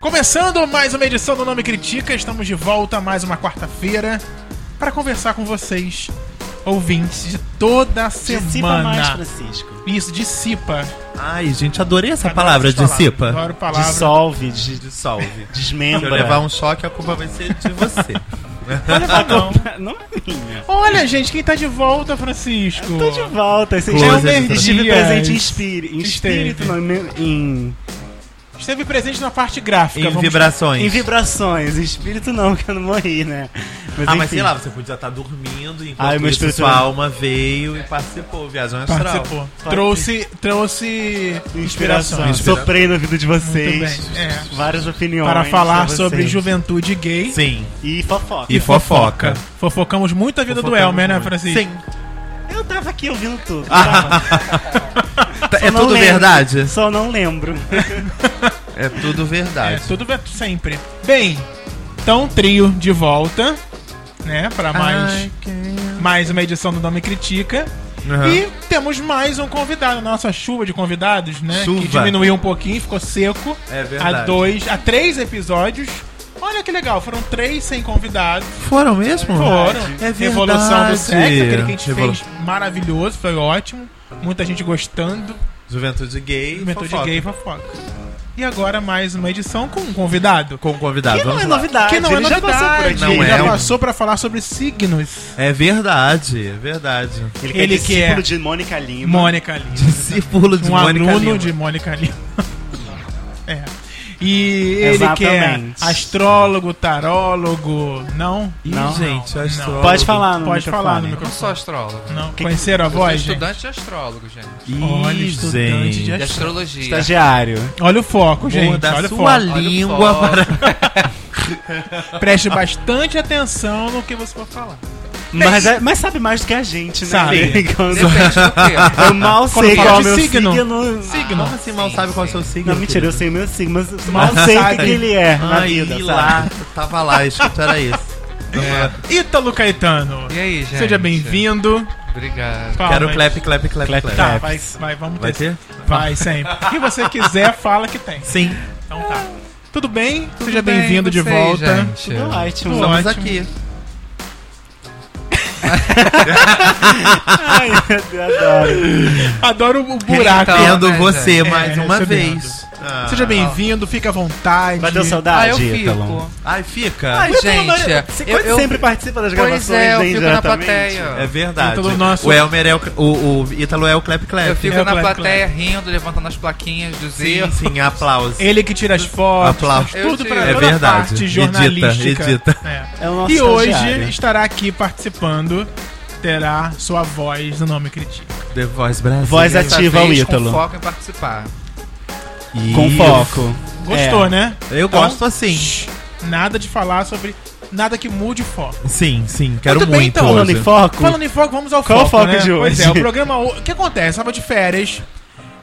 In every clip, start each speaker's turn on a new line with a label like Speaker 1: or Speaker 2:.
Speaker 1: Começando mais uma edição do Nome Critica, estamos de volta mais uma quarta-feira para conversar com vocês, ouvintes de toda a semana.
Speaker 2: Dissipa mais, Francisco.
Speaker 1: Isso, dissipa.
Speaker 3: Ai, gente, adorei essa
Speaker 1: Adoro
Speaker 3: palavra,
Speaker 1: essas
Speaker 3: dissipa.
Speaker 1: palavras, Adoro palavra.
Speaker 2: Dissolve, des-
Speaker 3: Dissolve. Se eu
Speaker 2: desmembra.
Speaker 3: levar um choque, a culpa vai ser de você.
Speaker 1: Não leva não.
Speaker 2: Não é minha.
Speaker 1: Olha, gente, quem tá de volta, Francisco?
Speaker 2: Tô de volta. assim, é Esse
Speaker 3: Close,
Speaker 2: dia
Speaker 3: Edu.
Speaker 2: estive
Speaker 1: Dias.
Speaker 2: presente em é espírito. Em
Speaker 1: Esteve.
Speaker 2: espírito, não, em- em,
Speaker 1: Esteve presente na parte gráfica.
Speaker 3: em
Speaker 1: vamos-
Speaker 3: vibrações.
Speaker 2: em vibrações. Em espírito não, que eu não morri, né?
Speaker 3: Ah, mas
Speaker 2: enfim.
Speaker 3: sei lá, você podia estar dormindo enquanto
Speaker 2: Ai, meu
Speaker 3: isso,
Speaker 2: espírito
Speaker 3: sua
Speaker 2: não.
Speaker 3: alma veio e participou, viajou astral.
Speaker 1: Participou. Trouxe, trouxe
Speaker 2: Inspiração.
Speaker 1: inspirações
Speaker 3: Inspiração.
Speaker 2: Soprei no ouvido de vocês.
Speaker 1: Muito bem, é.
Speaker 2: Várias opiniões.
Speaker 1: para falar
Speaker 2: de
Speaker 1: sobre
Speaker 2: vocês.
Speaker 1: juventude gay.
Speaker 3: Sim.
Speaker 2: E fofoca.
Speaker 3: E fofoca.
Speaker 1: Fofocamos muito a vida do
Speaker 3: Fofocamos
Speaker 1: Elmer, né,
Speaker 3: muito.
Speaker 1: Francisco?
Speaker 3: Sim.
Speaker 2: Eu tava aqui ouvindo tudo.
Speaker 3: Tá-
Speaker 2: Só
Speaker 3: Ah, É
Speaker 2: não
Speaker 3: tudo
Speaker 2: lembro.
Speaker 3: verdade?
Speaker 2: Só não lembro.
Speaker 3: É tudo
Speaker 1: É,
Speaker 3: verdade.
Speaker 1: tudo bem, sempre. Bem, então trio de volta, né, para mais
Speaker 3: Ai, que-
Speaker 1: mais uma edição do Nome Critica.
Speaker 3: Aham.
Speaker 1: E temos mais um convidado, nossa chuva de convidados, né? Que
Speaker 3: Chuva.
Speaker 1: diminuiu um pouquinho, ficou seco.
Speaker 3: É verdade.
Speaker 1: A dois, a três episódios. Olha que legal, foram três sem convidados.
Speaker 3: Foram mesmo?
Speaker 1: Foram.
Speaker 3: É verdade.
Speaker 1: Revolução do sexo, aquele que a gente
Speaker 3: Revolu-
Speaker 1: fez maravilhoso, foi ótimo. Muita gente gostando.
Speaker 3: Juventude gay.
Speaker 1: Juventude
Speaker 3: fofoca.
Speaker 1: gay e fofoca. E agora mais uma edição com um convidado.
Speaker 3: Com o convidado.
Speaker 2: Que não
Speaker 3: Ah, Vamos
Speaker 2: é
Speaker 3: lá.
Speaker 2: novidade.
Speaker 1: Que não é
Speaker 2: ele já passou por
Speaker 1: novidade,
Speaker 2: aqui.
Speaker 3: Não
Speaker 1: ele
Speaker 3: é
Speaker 1: já
Speaker 3: um-
Speaker 1: passou pra falar sobre signos.
Speaker 3: É verdade, é verdade.
Speaker 2: Ele,
Speaker 1: Ele
Speaker 2: é
Speaker 1: que
Speaker 2: discípulo
Speaker 1: é-
Speaker 2: de Mônica Lima.
Speaker 1: Mônica Lima.
Speaker 3: Discípulo de
Speaker 1: Um
Speaker 3: Mônica
Speaker 1: aluno
Speaker 3: Lima.
Speaker 1: de Mônica Lima. É. E ele que é
Speaker 2: Exatamente.
Speaker 1: astrólogo, tarólogo, não?
Speaker 3: Ih,
Speaker 2: Não,
Speaker 3: gente,
Speaker 1: não.
Speaker 3: astrólogo.
Speaker 2: Pode falar no
Speaker 1: Pode falar no
Speaker 2: microfone.
Speaker 4: Eu não
Speaker 1: microfone.
Speaker 4: sou astrólogo.
Speaker 1: Não,
Speaker 2: Que-
Speaker 1: conheceram a
Speaker 4: Eu sou
Speaker 1: voz? gente?
Speaker 4: estudante de astrólogo, gente.
Speaker 3: Ih,
Speaker 1: Olha, estudante
Speaker 3: gente.
Speaker 1: de
Speaker 4: De
Speaker 1: astrólogo.
Speaker 4: astrologia.
Speaker 2: Estagiário.
Speaker 1: Olha o foco, gente.
Speaker 3: Muda
Speaker 1: Olha
Speaker 3: a
Speaker 1: o
Speaker 3: sua
Speaker 1: foco.
Speaker 4: Olha o
Speaker 3: língua
Speaker 4: foco.
Speaker 3: para...
Speaker 1: Preste bastante atenção no que você for falar.
Speaker 2: Mas, é- mas sabe mais do que a gente, né?
Speaker 1: Sabe.
Speaker 2: Quando-
Speaker 4: Depende do tempo.
Speaker 2: Eu mal
Speaker 1: Quando
Speaker 2: sei
Speaker 1: fala
Speaker 2: qual é o
Speaker 1: de
Speaker 2: meu
Speaker 1: signo.
Speaker 2: signo.
Speaker 1: Signo.
Speaker 3: Como assim, mal
Speaker 4: Sim,
Speaker 3: sabe qual é o
Speaker 4: sim.
Speaker 3: seu signo?
Speaker 2: Não, mentira, eu
Speaker 3: querido?
Speaker 2: sei o meu signo, mas mal sei o que, que ele é na
Speaker 3: Ai,
Speaker 2: vida,
Speaker 3: ih,
Speaker 2: sabe?
Speaker 3: lá, tava lá, escrito era esse.
Speaker 4: É.
Speaker 1: Ítalo Caetano.
Speaker 4: E aí, gente?
Speaker 1: Seja bem-vindo.
Speaker 4: Obrigado.
Speaker 1: Palmas.
Speaker 3: Quero clap, clap, clap, clap.
Speaker 1: Tá, vai, vai, vamos
Speaker 3: Vai ter?
Speaker 1: Vai, sempre. O que você quiser, fala que tem.
Speaker 3: Sim,
Speaker 1: Então tá. Tudo bem? Seja
Speaker 4: Tudo bem,
Speaker 1: bem-vindo de
Speaker 4: vocês,
Speaker 1: volta.
Speaker 4: gente?
Speaker 2: Tudo ótimo.
Speaker 1: Tudo
Speaker 3: estamos
Speaker 1: Ótimo.
Speaker 3: aqui.
Speaker 2: Ai, eu adoro.
Speaker 1: Adoro o buraco.
Speaker 4: Então,
Speaker 3: Vendo
Speaker 4: né,
Speaker 3: você
Speaker 1: gente?
Speaker 3: mais
Speaker 1: É,
Speaker 3: uma
Speaker 1: recebendo.
Speaker 3: vez. Ah.
Speaker 1: Seja bem-vindo, fica à vontade.
Speaker 2: Bateu
Speaker 4: Ah,
Speaker 2: saudade,
Speaker 4: eu
Speaker 2: Ítalo?
Speaker 4: fico.
Speaker 3: Ah, Ai, fica.
Speaker 2: Ai,
Speaker 4: Ai, gente,
Speaker 2: Você
Speaker 4: eu-
Speaker 2: quase
Speaker 4: eu-
Speaker 2: sempre participa das gravações,
Speaker 4: Pois é, eu
Speaker 2: né,
Speaker 4: fico na
Speaker 2: indiretamente.
Speaker 3: É
Speaker 4: plateia.
Speaker 3: verdade.
Speaker 1: Ítalo nosso-
Speaker 3: O Elmer é o... O, o Ítalo é o clap, clap.
Speaker 4: Eu fico
Speaker 1: É,
Speaker 4: na
Speaker 1: claro,
Speaker 4: plateia rindo, levantando as plaquinhas dos
Speaker 3: Sim,
Speaker 4: erros.
Speaker 3: sim, aplauso.
Speaker 1: Ele que tira as fotos.
Speaker 3: Aplausos.
Speaker 1: faz Tudo
Speaker 4: Eu
Speaker 1: pra
Speaker 4: tiro. É
Speaker 1: toda a
Speaker 3: verdade.
Speaker 1: parte
Speaker 3: Edita,
Speaker 1: jornalística.
Speaker 3: edita.
Speaker 1: É.
Speaker 2: É o nosso
Speaker 1: E hoje
Speaker 2: estagiário.
Speaker 1: estará aqui participando. Terá sua voz no nome critica.
Speaker 3: The Voice Brasil.
Speaker 2: Voz
Speaker 4: Dessa
Speaker 2: ativa o
Speaker 4: vez,
Speaker 2: Ítalo.
Speaker 4: Com foco em participar.
Speaker 3: Ih,
Speaker 2: Com foco.
Speaker 1: Gostou,
Speaker 2: É.
Speaker 1: né?
Speaker 3: Eu
Speaker 1: Então,
Speaker 3: gosto assim.
Speaker 1: shh, Nada de falar sobre. Nada que mude o foco.
Speaker 3: Sim, sim, quero
Speaker 1: Muito
Speaker 3: muito.
Speaker 1: bem, então,
Speaker 2: Falando
Speaker 3: hoje.
Speaker 2: em foco,
Speaker 1: Falando em foco, vamos ao
Speaker 2: Qual
Speaker 1: foco.
Speaker 2: o foco
Speaker 1: né?
Speaker 2: de
Speaker 1: Pois
Speaker 2: hoje?
Speaker 1: é, o programa. O que acontece? Eu tava de férias.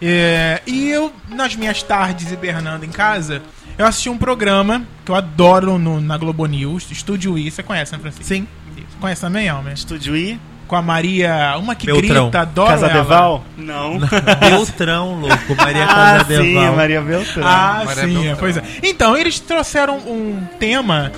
Speaker 1: é, e eu, nas minhas tardes hibernando em casa, eu assisti um programa que eu adoro no- na Globo News, Estúdio I. Você conhece, né, Francisco?
Speaker 3: Sim.
Speaker 1: Conhece também, Almer?
Speaker 2: Estúdio I,
Speaker 1: Com a Maria, uma que
Speaker 3: Beltrão.
Speaker 1: grita, adoro ela.
Speaker 2: Casadeval? Não.
Speaker 3: Beltrão, louco.
Speaker 2: Ah,
Speaker 3: Maria
Speaker 2: sim, a
Speaker 3: Casadeval.
Speaker 2: Maria Beltrão.
Speaker 1: Ah,
Speaker 4: Maria
Speaker 1: sim,
Speaker 4: Beltrão.
Speaker 1: é, pois é. Então, eles trouxeram um tema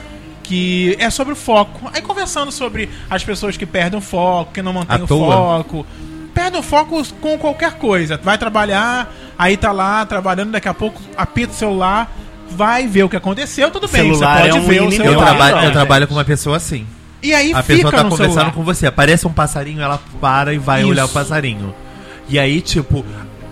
Speaker 1: que é sobre o foco. Aí conversando sobre as pessoas que perdem o foco, que não mantêm
Speaker 3: À
Speaker 1: o
Speaker 3: toa.
Speaker 1: foco. Perdem o foco com qualquer coisa. Vai trabalhar, aí tá lá trabalhando, daqui a pouco apita o celular, vai ver o que aconteceu, tudo bem. você
Speaker 2: Celular
Speaker 1: pode
Speaker 2: é um
Speaker 1: ver o
Speaker 2: inimigo.
Speaker 1: celular.
Speaker 3: Eu, trabalho, eu
Speaker 2: Gente.
Speaker 3: trabalho com uma pessoa assim.
Speaker 1: E aí
Speaker 3: A
Speaker 1: fica
Speaker 3: pessoa tá
Speaker 1: no
Speaker 3: conversando
Speaker 1: celular.
Speaker 3: com você. Aparece um passarinho, ela para e vai
Speaker 1: Isso.
Speaker 3: olhar o passarinho. E aí, tipo,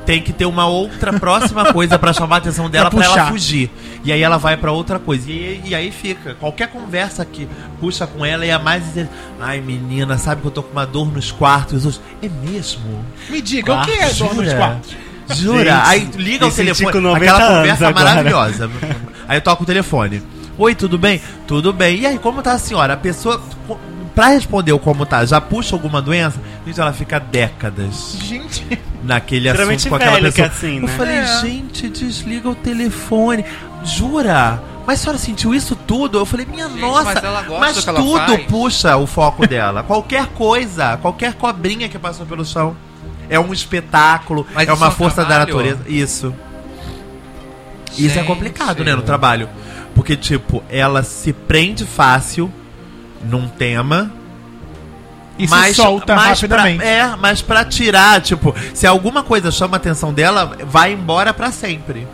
Speaker 3: tem que ter uma outra próxima coisa pra chamar a atenção dela
Speaker 1: Pra
Speaker 3: pra,
Speaker 1: puxar.
Speaker 3: ela fugir. E aí ela vai pra outra coisa. E, e aí fica. Qualquer conversa que puxa com ela é a mais. Ai, menina, sabe que eu tô com uma dor nos quartos hoje? É mesmo?
Speaker 1: Me diga, o que é
Speaker 3: Quartos,
Speaker 1: dor nos
Speaker 3: jura?
Speaker 1: quartos?
Speaker 3: Jura?
Speaker 2: Gente,
Speaker 3: aí liga o
Speaker 2: me senti
Speaker 3: telefone.
Speaker 2: com 90
Speaker 3: Aquela conversa
Speaker 2: anos agora.
Speaker 3: maravilhosa. Aí toca o telefone. Oi, tudo bem? Tudo bem. E aí, como tá a senhora? A pessoa, co- pra responder o como tá, já puxa alguma doença? Gente, ela fica décadas
Speaker 1: Gente,
Speaker 3: naquele
Speaker 2: Geralmente
Speaker 3: assunto com aquela
Speaker 2: velho que
Speaker 3: pessoa.
Speaker 2: é assim,
Speaker 3: Eu
Speaker 2: né?
Speaker 3: falei,
Speaker 1: É.
Speaker 3: gente, desliga o telefone. Jura? Mas a senhora sentiu isso tudo? Eu falei, minha
Speaker 4: Gente,
Speaker 3: nossa,
Speaker 4: mas ela gosta
Speaker 3: mas
Speaker 4: do que ela
Speaker 3: tudo
Speaker 4: faz.
Speaker 3: puxa o foco dela. qualquer coisa, qualquer cobrinha que passou pelo chão. É um espetáculo,
Speaker 4: Mas
Speaker 3: é
Speaker 4: isso é
Speaker 3: uma
Speaker 4: um
Speaker 3: força da
Speaker 4: trabalho?
Speaker 3: natureza. Isso. Isso é
Speaker 4: Gente.
Speaker 3: complicado, né, no trabalho. Porque, tipo, ela se prende fácil num tema.
Speaker 1: E se solta
Speaker 3: mas
Speaker 1: rapidamente.
Speaker 3: Pra, é, mas pra tirar, tipo, se alguma coisa chama a atenção dela, vai embora pra sempre.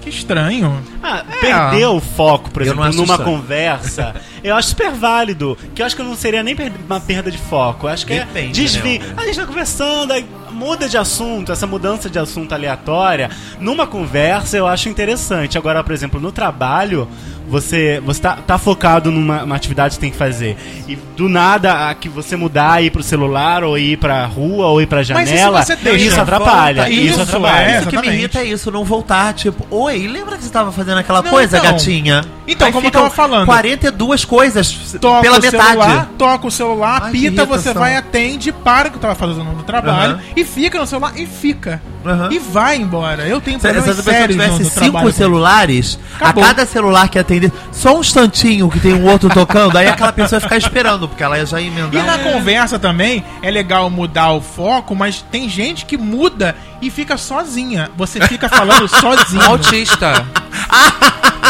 Speaker 1: Que estranho.
Speaker 2: Ah, perder o foco, por
Speaker 3: É. Eu não
Speaker 2: exemplo,
Speaker 3: acho
Speaker 2: numa
Speaker 3: isso.
Speaker 2: conversa, eu acho super válido. Que eu acho que não seria nem per- uma perda de foco. Eu acho que
Speaker 3: Depende,
Speaker 2: é desvio.
Speaker 3: né, Hugo?
Speaker 2: A gente tá conversando, aí muda de assunto, essa mudança de assunto aleatória. Numa conversa, eu acho interessante. Agora, por exemplo, no trabalho, você, você tá, tá focado numa uma atividade que tem que fazer. E do nada, a que você mudar, ir pro celular, ou ir pra rua, ou ir pra
Speaker 1: Mas isso
Speaker 2: janela,
Speaker 1: você deixa,
Speaker 2: isso atrapalha.
Speaker 3: volta,
Speaker 2: Isso
Speaker 1: isso, é.
Speaker 2: atrapalha.
Speaker 3: Isso que me
Speaker 1: exatamente.
Speaker 3: irrita Tá, é isso, não voltar, tipo, oi, lembra que você tava fazendo aquela
Speaker 1: Não,
Speaker 3: coisa,
Speaker 1: então.
Speaker 3: gatinha?
Speaker 1: Então,
Speaker 3: Aí
Speaker 1: como eu
Speaker 3: ficam
Speaker 1: tava falando.
Speaker 3: 42 coisas
Speaker 1: Toca
Speaker 3: pela
Speaker 1: o
Speaker 3: metade.
Speaker 1: celular, toca o celular,
Speaker 3: Ai, que
Speaker 1: pita, você
Speaker 3: irritação.
Speaker 1: vai, atende, para o que tava fazendo no trabalho
Speaker 3: Aham.
Speaker 1: e fica no celular e fica.
Speaker 3: Aham.
Speaker 1: E vai embora. Eu tenho
Speaker 3: Se
Speaker 1: problemas
Speaker 3: essa pessoa
Speaker 1: sérios no,
Speaker 3: tivesse
Speaker 1: no
Speaker 3: cinco
Speaker 1: trabalho.
Speaker 3: celulares,
Speaker 1: Acabou.
Speaker 3: a cada celular que atender, só um instantinho que tem um outro tocando, aí aquela pessoa ia ficar esperando, porque ela ia já É.
Speaker 1: E
Speaker 3: emendar.
Speaker 1: na conversa também é legal mudar o foco, mas tem gente que muda e fica sozinha. Você fica falando sozinho.
Speaker 4: Um autista.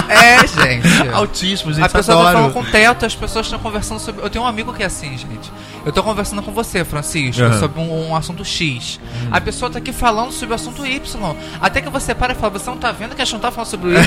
Speaker 4: é, gente.
Speaker 3: Autismo, gente,
Speaker 4: A pessoa tá
Speaker 3: adoro.
Speaker 4: falando com o teto, as pessoas estão conversando sobre. Eu tenho um amigo que é assim, gente. Eu tô conversando com você, Francisco,
Speaker 3: Aham. Uhum.
Speaker 4: sobre um, um assunto X. A pessoa tá aqui falando sobre o assunto Y. Até que você para e fala, você não tá vendo que a gente não tá falando sobre o Y.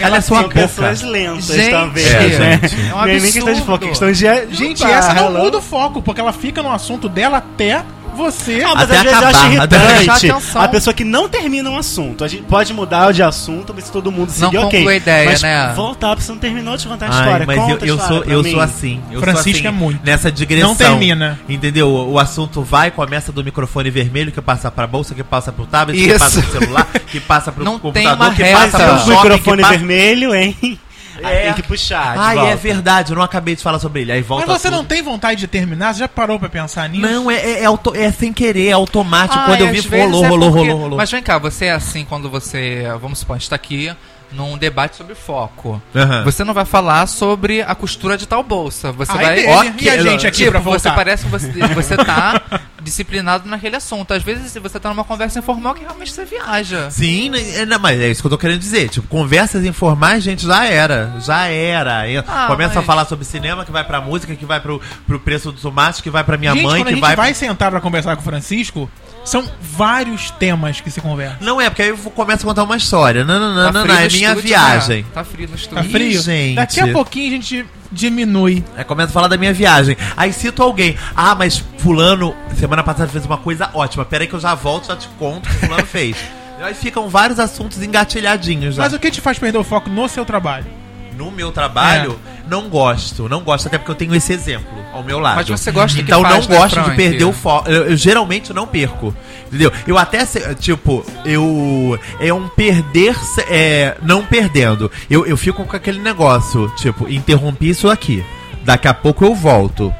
Speaker 3: Ela é sua
Speaker 2: São
Speaker 3: boca.
Speaker 2: pessoas lentas, tá
Speaker 4: Gente,
Speaker 2: talvez,
Speaker 3: É,
Speaker 2: né?
Speaker 3: gente.
Speaker 4: É um
Speaker 2: Nem- Nem questão de foco,
Speaker 4: absurdo.
Speaker 2: é questão de...
Speaker 1: Gente,
Speaker 2: de
Speaker 1: essa não
Speaker 2: barra,
Speaker 1: muda o foco, porque ela fica no assunto dela até você.
Speaker 2: Ah, mas
Speaker 3: Até
Speaker 2: às vezes
Speaker 3: acabar, até
Speaker 2: eu acho
Speaker 4: prestar
Speaker 2: irritante
Speaker 4: atenção.
Speaker 2: a pessoa que não termina um assunto. A gente pode mudar de assunto, mas se todo mundo seguir,
Speaker 4: conclui
Speaker 2: ok.
Speaker 4: a ideia,
Speaker 2: mas
Speaker 4: né?
Speaker 2: voltar, você não terminou de contar a
Speaker 3: Ai,
Speaker 2: história.
Speaker 3: mas
Speaker 2: Conta
Speaker 3: eu,
Speaker 2: a
Speaker 3: eu
Speaker 2: história
Speaker 3: sou,
Speaker 2: pra
Speaker 3: eu
Speaker 2: mim.
Speaker 3: sou assim. Eu
Speaker 1: Francisco
Speaker 3: sou assim,
Speaker 1: é muito.
Speaker 3: Nessa digressão.
Speaker 1: Não termina.
Speaker 3: Entendeu? O o assunto vai, começa do microfone vermelho, que passa pra bolsa, que passa pro tablet, que
Speaker 4: Isso.
Speaker 3: passa pro celular, que passa pro
Speaker 4: Não tem
Speaker 3: computador,
Speaker 4: uma
Speaker 3: que
Speaker 4: reta.
Speaker 3: passa pro
Speaker 4: Temos
Speaker 2: Temos o
Speaker 3: é shopping,
Speaker 2: microfone
Speaker 3: que passa...
Speaker 2: vermelho, hein? Aí
Speaker 3: É.
Speaker 2: tem que puxar. de
Speaker 3: Ai,
Speaker 2: volta. Tá
Speaker 3: é verdade, eu não acabei de falar sobre ele. Aí volta
Speaker 1: Mas você
Speaker 3: tá tudo.
Speaker 1: não tem vontade de terminar? Você já parou pra pensar nisso?
Speaker 3: Não, é, é, é auto- é sem querer, é automático.
Speaker 4: Ah,
Speaker 3: Quando eu
Speaker 4: é,
Speaker 3: vi,
Speaker 4: às vezes
Speaker 3: rolou,
Speaker 4: é
Speaker 3: rolou,
Speaker 4: porque-
Speaker 3: rolou, rolou.
Speaker 4: Mas vem cá, você é assim quando você, vamos supor, a gente tá aqui num debate sobre foco.
Speaker 3: Aham.
Speaker 4: Você não vai falar sobre a costura de tal bolsa. Você
Speaker 1: Aí
Speaker 4: vai.
Speaker 1: dele,
Speaker 3: Ok,
Speaker 1: e a gente aqui pra
Speaker 4: Tipo,
Speaker 1: voltar.
Speaker 4: você parece que você, você tá disciplinado naquele assunto. Às vezes você tá numa conversa informal que realmente você viaja.
Speaker 3: Sim, né, é, não, mas é isso que eu tô querendo dizer. Tipo, conversas informais, gente, já era. Já era. Aí
Speaker 4: Ah,
Speaker 3: Começa a
Speaker 4: mas-
Speaker 3: falar sobre cinema, que vai pra música, que vai pro, pro preço do tomate, que vai pra minha
Speaker 1: gente,
Speaker 3: mãe,
Speaker 1: quando a
Speaker 3: que
Speaker 1: gente
Speaker 3: vai.
Speaker 1: vai... sentar pra conversar com o Francisco, são vários temas que se conversam.
Speaker 3: Não é, porque aí eu começo a contar uma história. Não, não, não, não, não,
Speaker 4: Tá frio
Speaker 3: é
Speaker 4: no
Speaker 3: minha
Speaker 4: estúdio,
Speaker 3: viagem.
Speaker 4: né? Tá frio no estúdio.
Speaker 1: Tá frio?
Speaker 3: gente.
Speaker 1: Daqui a pouquinho a gente diminui.
Speaker 3: Aí começa a falar da minha viagem. Aí cito alguém. Ah, mas fulano, semana passada fez uma coisa ótima. Pera aí que eu já volto, já te conto o que fulano fez. Aí ficam vários assuntos engatilhadinhos já.
Speaker 1: Mas o que te faz perder o foco no seu trabalho?
Speaker 3: no meu trabalho,
Speaker 1: É.
Speaker 3: não gosto. Não gosto, até porque eu tenho esse exemplo ao meu lado.
Speaker 4: Mas você gosta do que
Speaker 3: Então
Speaker 4: faz,
Speaker 3: não
Speaker 4: né,
Speaker 3: gosto de
Speaker 4: Frank?
Speaker 3: perder o foco. Eu, eu geralmente não perco. Entendeu? Eu até, se- tipo, eu. É um perder. se- É, não perdendo. Eu, eu fico com aquele negócio, tipo, interrompi isso aqui. Daqui a pouco eu volto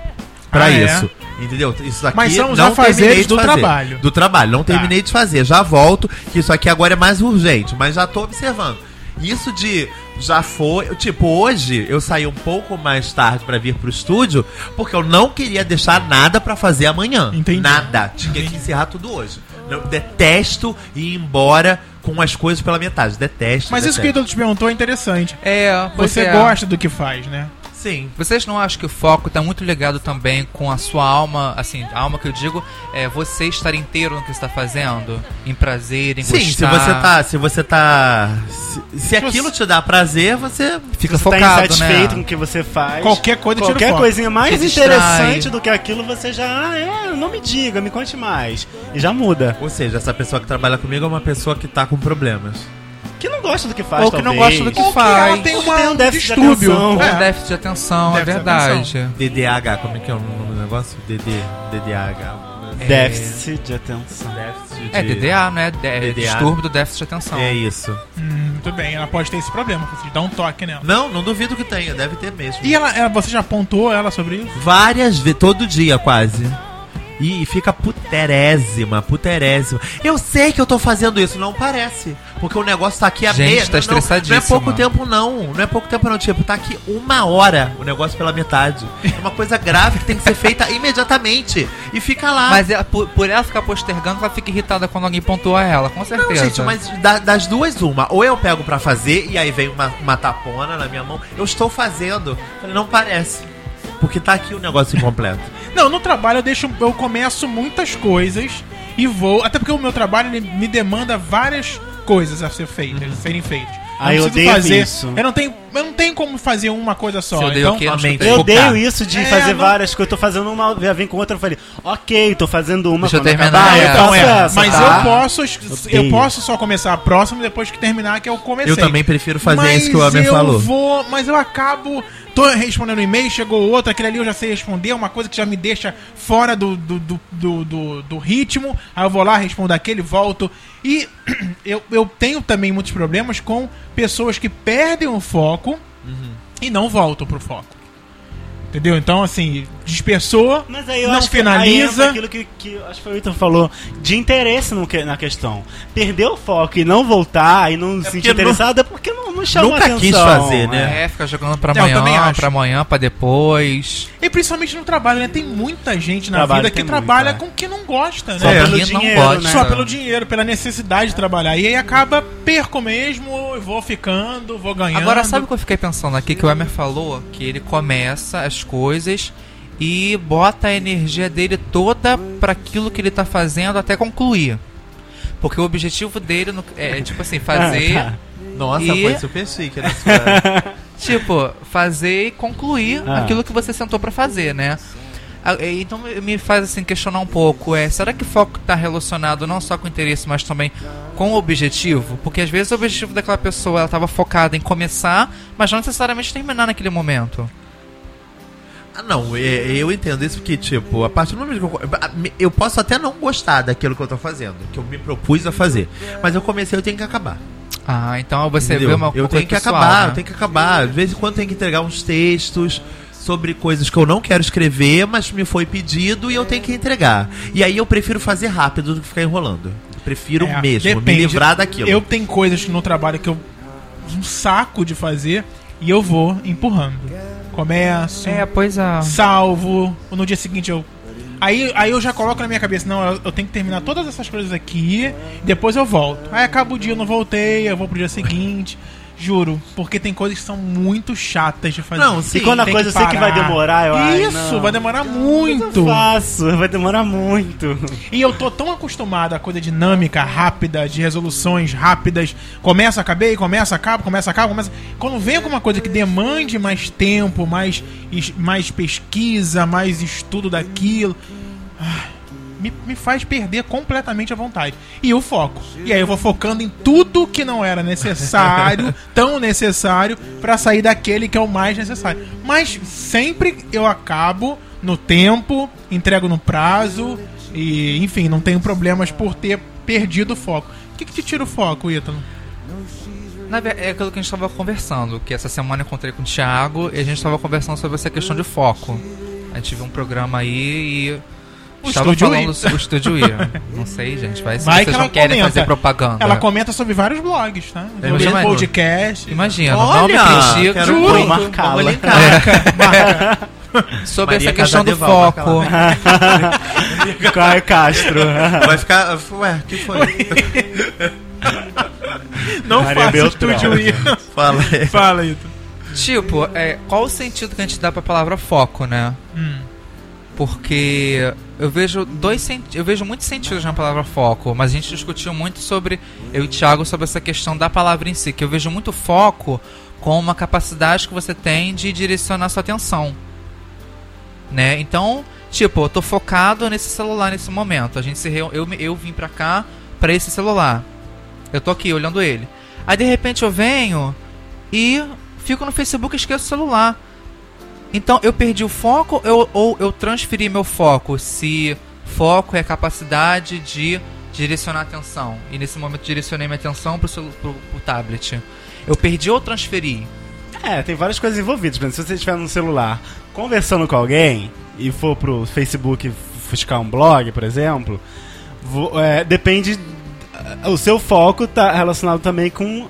Speaker 3: pra
Speaker 1: Ah, é?
Speaker 3: isso. Entendeu? Isso daqui
Speaker 1: Mas são os
Speaker 3: não
Speaker 1: afazeres
Speaker 3: terminei de
Speaker 1: do
Speaker 3: fazer.
Speaker 1: trabalho.
Speaker 3: Do trabalho. Não
Speaker 1: Tá.
Speaker 3: terminei de fazer. Já volto, que isso aqui agora é mais urgente. Mas já tô observando. Isso de já foi. eu, Tipo, hoje eu saí um pouco mais tarde pra vir pro estúdio, porque eu não queria deixar nada pra fazer amanhã.
Speaker 1: Entendi.
Speaker 3: Nada. Tinha que encerrar tudo hoje. Eu detesto ir embora com as coisas pela metade. Detesto.
Speaker 1: Mas isso que o
Speaker 3: detesto.
Speaker 1: Ítalo te perguntou é interessante.
Speaker 4: É, pois
Speaker 1: Você
Speaker 4: é.
Speaker 1: gosta do que faz, né?
Speaker 3: Sim.
Speaker 4: Vocês não acham que o foco tá muito ligado também com a sua alma, assim, a alma que eu digo, é você estar inteiro no que você tá fazendo? Em prazer, em
Speaker 3: Sim, se
Speaker 4: gostar.
Speaker 3: você tá. Se você tá. Se, se aquilo te dá prazer, você.
Speaker 4: Fica
Speaker 2: Você
Speaker 4: focado,
Speaker 2: tá insatisfeito com
Speaker 4: né?
Speaker 2: o que você faz.
Speaker 1: Qualquer coisa tira o
Speaker 2: É Qualquer
Speaker 1: foco.
Speaker 2: coisinha mais
Speaker 4: Te distrai.
Speaker 2: interessante do que aquilo, você já... Ah, é, não me diga, me conte mais. E já muda.
Speaker 3: Ou seja, essa pessoa que trabalha comigo é uma pessoa que tá com problemas.
Speaker 2: Que não gosta do que faz,
Speaker 4: Ou que não
Speaker 2: talvez.
Speaker 4: gosta do que
Speaker 1: Ou que
Speaker 4: faz.
Speaker 1: ela tem
Speaker 2: Ou
Speaker 1: uma,
Speaker 2: tem um
Speaker 1: um
Speaker 2: déficit de
Speaker 1: distúrbio.
Speaker 2: atenção.
Speaker 1: É.
Speaker 4: Um déficit de atenção, é
Speaker 1: Déficit de
Speaker 4: verdade.
Speaker 3: DDH, como é que é o nome do negócio? DD. DDH.
Speaker 2: Déficit de atenção.
Speaker 3: Déficit de-
Speaker 4: É DDA, né? De- é
Speaker 3: DDA.
Speaker 4: Distúrbio do déficit de atenção.
Speaker 3: É isso.
Speaker 1: Hum, muito bem, ela pode ter esse problema, você dá um toque nela.
Speaker 3: Não, não duvido que tenha, deve ter mesmo.
Speaker 1: E ela, ela- você já apontou ela sobre isso?
Speaker 3: várias vezes, todo dia quase. E, e fica puterésima, puterésima. Eu sei que eu tô fazendo isso, não parece. Porque o negócio tá aqui a
Speaker 4: Gente,
Speaker 3: meia.
Speaker 4: tá
Speaker 3: não- Não,
Speaker 4: estressadíssima.
Speaker 3: não é pouco tempo, não. Não é pouco tempo, não. Tipo, tá aqui uma hora o negócio pela metade. É uma coisa grave que tem que ser feita imediatamente. E fica lá.
Speaker 4: Mas ela- por, por ela ficar postergando, ela fica irritada quando alguém pontua ela, com certeza.
Speaker 3: Não, gente, mas da- das duas, uma. Ou eu pego pra fazer e aí vem uma, uma tapona na minha mão. Eu estou fazendo. Falei, Não parece. Porque tá aqui o negócio incompleto.
Speaker 1: Não, no trabalho eu deixo, eu começo muitas coisas e vou, até porque o meu trabalho ele me demanda várias coisas a ser feitas, serem feitas.
Speaker 2: Ah, eu
Speaker 1: preciso
Speaker 2: odeio
Speaker 1: fazer,
Speaker 2: isso.
Speaker 1: Eu não tenho, eu não tenho como fazer uma coisa só.
Speaker 4: Você odeia
Speaker 1: então,
Speaker 4: o quê? Acho que
Speaker 3: amém.
Speaker 4: eu
Speaker 2: Eu
Speaker 4: tenho-
Speaker 2: odeio isso de
Speaker 1: É,
Speaker 2: fazer
Speaker 1: não-
Speaker 2: várias coisas. Eu tô fazendo uma, já vem com outra. Eu falei, ok, tô fazendo uma.
Speaker 4: Deixa eu
Speaker 2: quando
Speaker 4: terminar
Speaker 2: acabar, eu
Speaker 4: essa.
Speaker 1: Então,
Speaker 2: faço
Speaker 1: é,
Speaker 2: essa,
Speaker 1: mas
Speaker 2: Ah, tá?
Speaker 1: eu posso, eu
Speaker 2: Odeio.
Speaker 1: posso só começar a próxima depois que terminar que eu comecei.
Speaker 3: Eu também prefiro fazer
Speaker 1: Mas
Speaker 3: isso que o Amir
Speaker 1: eu
Speaker 3: falou.
Speaker 1: Vou, mas eu acabo. Tô respondendo um e-mail, chegou outro, aquele ali eu já sei responder, uma coisa que já me deixa fora do, do, do, do, do- do ritmo. Aí eu vou lá, respondo aquele, volto. E eu, eu tenho também muitos problemas com pessoas que perdem o foco
Speaker 2: Uhum.
Speaker 1: e não voltam pro foco. Entendeu? Então, assim, dispersou,
Speaker 2: Mas aí eu
Speaker 1: não
Speaker 2: acho que aí entra
Speaker 1: finaliza.
Speaker 2: aquilo que, que eu acho que foi o Vitor falou, de interesse no que- na questão. Perder o foco e não voltar e não se sentir
Speaker 3: porque
Speaker 2: interessado é porque não, não chamou
Speaker 3: nunca
Speaker 2: atenção.
Speaker 3: quis fazer, né?
Speaker 4: É, fica jogando pra
Speaker 1: É, eu também
Speaker 4: amanhã,
Speaker 1: acho.
Speaker 4: pra amanhã, pra depois.
Speaker 1: E principalmente no trabalho, né? Tem muita gente na
Speaker 2: Trabalho
Speaker 1: vida que
Speaker 2: tem
Speaker 1: trabalha
Speaker 2: muito, é.
Speaker 1: com o que não gosta,
Speaker 4: Só
Speaker 1: né?
Speaker 2: pelo
Speaker 4: porque
Speaker 2: dinheiro,
Speaker 4: não gosta.
Speaker 2: né?
Speaker 1: Só pelo dinheiro, pela necessidade de trabalhar. E aí acaba, perco mesmo, eu vou ficando, vou ganhando.
Speaker 4: Agora, sabe o que eu fiquei pensando aqui? Que o Emer falou que ele começa as coisas e bota a energia dele toda pra aquilo que ele tá fazendo até concluir. Porque o objetivo dele no- é, tipo assim, fazer.
Speaker 2: Ah, tá.
Speaker 3: Nossa,
Speaker 4: E-
Speaker 3: foi super chique né, senhora?
Speaker 4: Tipo, fazer e concluir
Speaker 2: Ah.
Speaker 4: aquilo que você sentou pra fazer, né? Ah, e- Então me- me faz assim questionar um pouco, é, será que foco tá relacionado não só com interesse, mas também com o objetivo? Porque às vezes o objetivo daquela pessoa, ela tava focada em começar, mas não necessariamente terminar naquele momento.
Speaker 3: Ah, não, é- eu entendo isso porque, tipo, a partir do momento que eu. co- a- me- Eu posso até não gostar daquilo que eu tô fazendo, que eu me propus a fazer. Mas eu comecei, eu tenho que acabar.
Speaker 4: Ah, então você
Speaker 3: entendeu?
Speaker 4: vê uma
Speaker 3: eu
Speaker 4: coisa
Speaker 3: tenho que
Speaker 4: pessoal,
Speaker 3: acabar,
Speaker 4: né?
Speaker 3: eu tenho que acabar. De vez em quando tenho que entregar uns textos sobre coisas que eu não quero escrever, mas me foi pedido e eu tenho que entregar. E aí eu prefiro fazer rápido do que ficar enrolando. Eu prefiro
Speaker 1: É,
Speaker 3: mesmo,
Speaker 1: depende.
Speaker 3: me livrar daquilo.
Speaker 1: Eu tenho coisas no trabalho que eu. um saco de fazer e eu vou empurrando. Começo,
Speaker 4: É, pois a...
Speaker 1: salvo, no dia seguinte eu. Aí, aí eu já coloco na minha cabeça, não, eu- eu tenho que terminar todas essas coisas aqui, depois eu volto. Aí acaba o dia, eu não voltei, eu vou pro dia seguinte, juro, porque tem coisas que são muito chatas de fazer.
Speaker 3: Não, sim,
Speaker 2: E quando a
Speaker 1: Tem
Speaker 2: coisa eu sei que vai
Speaker 1: parar.
Speaker 2: demorar, eu acho.
Speaker 1: Isso, vai demorar
Speaker 2: Eu
Speaker 1: muito.
Speaker 2: faço, vai demorar muito.
Speaker 1: E eu tô tão acostumado à coisa dinâmica, rápida, de resoluções rápidas. Começa, acabei, começa, acabo, começa, acabo, começa. Quando vem alguma coisa que demande mais tempo, mais, es- mais pesquisa, mais estudo daquilo. ah, Me, me faz perder completamente a vontade. E o foco. E aí eu vou focando em tudo que não era necessário, tão necessário, pra sair daquele que é o mais necessário. Mas sempre eu acabo no tempo, entrego no prazo, e enfim, não tenho problemas por ter perdido o foco. O que, que te tira o foco, Ítalo?
Speaker 4: Na ver- é aquilo que a gente estava conversando, que essa semana eu encontrei com o Thiago e a gente estava conversando sobre essa questão de foco. A gente viu um programa aí e.
Speaker 1: O
Speaker 4: Estava
Speaker 1: Estúdio
Speaker 4: falando
Speaker 1: I.
Speaker 4: sobre o Estúdio I. Não sei, gente. Vai se
Speaker 1: Vai que
Speaker 4: vocês não
Speaker 1: ela
Speaker 4: querem
Speaker 1: comenta.
Speaker 4: fazer propaganda.
Speaker 1: Ela comenta sobre vários blogs, tá?
Speaker 4: É,
Speaker 1: Sobre
Speaker 4: imagina.
Speaker 1: podcast.
Speaker 4: Imagina, não me
Speaker 3: Olha,
Speaker 4: critica.
Speaker 3: quero
Speaker 1: juro.
Speaker 3: muito,
Speaker 2: Marcá-la.
Speaker 3: vamos linkar.
Speaker 4: Sobre
Speaker 3: Maria
Speaker 4: essa questão do
Speaker 3: Casadevalla,
Speaker 4: foco.
Speaker 2: Caio Castro.
Speaker 1: É.
Speaker 3: Vai ficar. Ué, que foi?
Speaker 1: Não
Speaker 2: Maria
Speaker 1: faça
Speaker 2: Beltrão.
Speaker 1: estúdio I.
Speaker 3: Fala aí.
Speaker 1: Fala, Ítalo.
Speaker 4: Tipo, é, qual o sentido que a gente dá pra palavra foco, né? Porque eu vejo dois senti eu vejo muitos sentidos na palavra foco, mas a gente discutiu muito sobre eu e o Thiago sobre essa questão da palavra em si, que eu vejo muito foco como uma capacidade que você tem de direcionar sua atenção. Né? Então, tipo, eu tô focado nesse celular nesse momento. A gente se reu- eu me- eu vim pra cá pra esse celular. Eu tô aqui olhando ele. Aí de repente eu venho e fico no Facebook e esqueço o celular. Então eu perdi o foco eu- ou eu transferi meu foco? Se foco é a capacidade de direcionar a atenção. E nesse momento direcionei minha atenção pro, celu- pro- pro tablet. Eu perdi ou transferi?
Speaker 2: É, tem várias coisas envolvidas. Por exemplo, se você estiver no celular conversando com alguém e for pro Facebook fuscar um blog, por exemplo, vo- é, depende o seu foco tá relacionado também com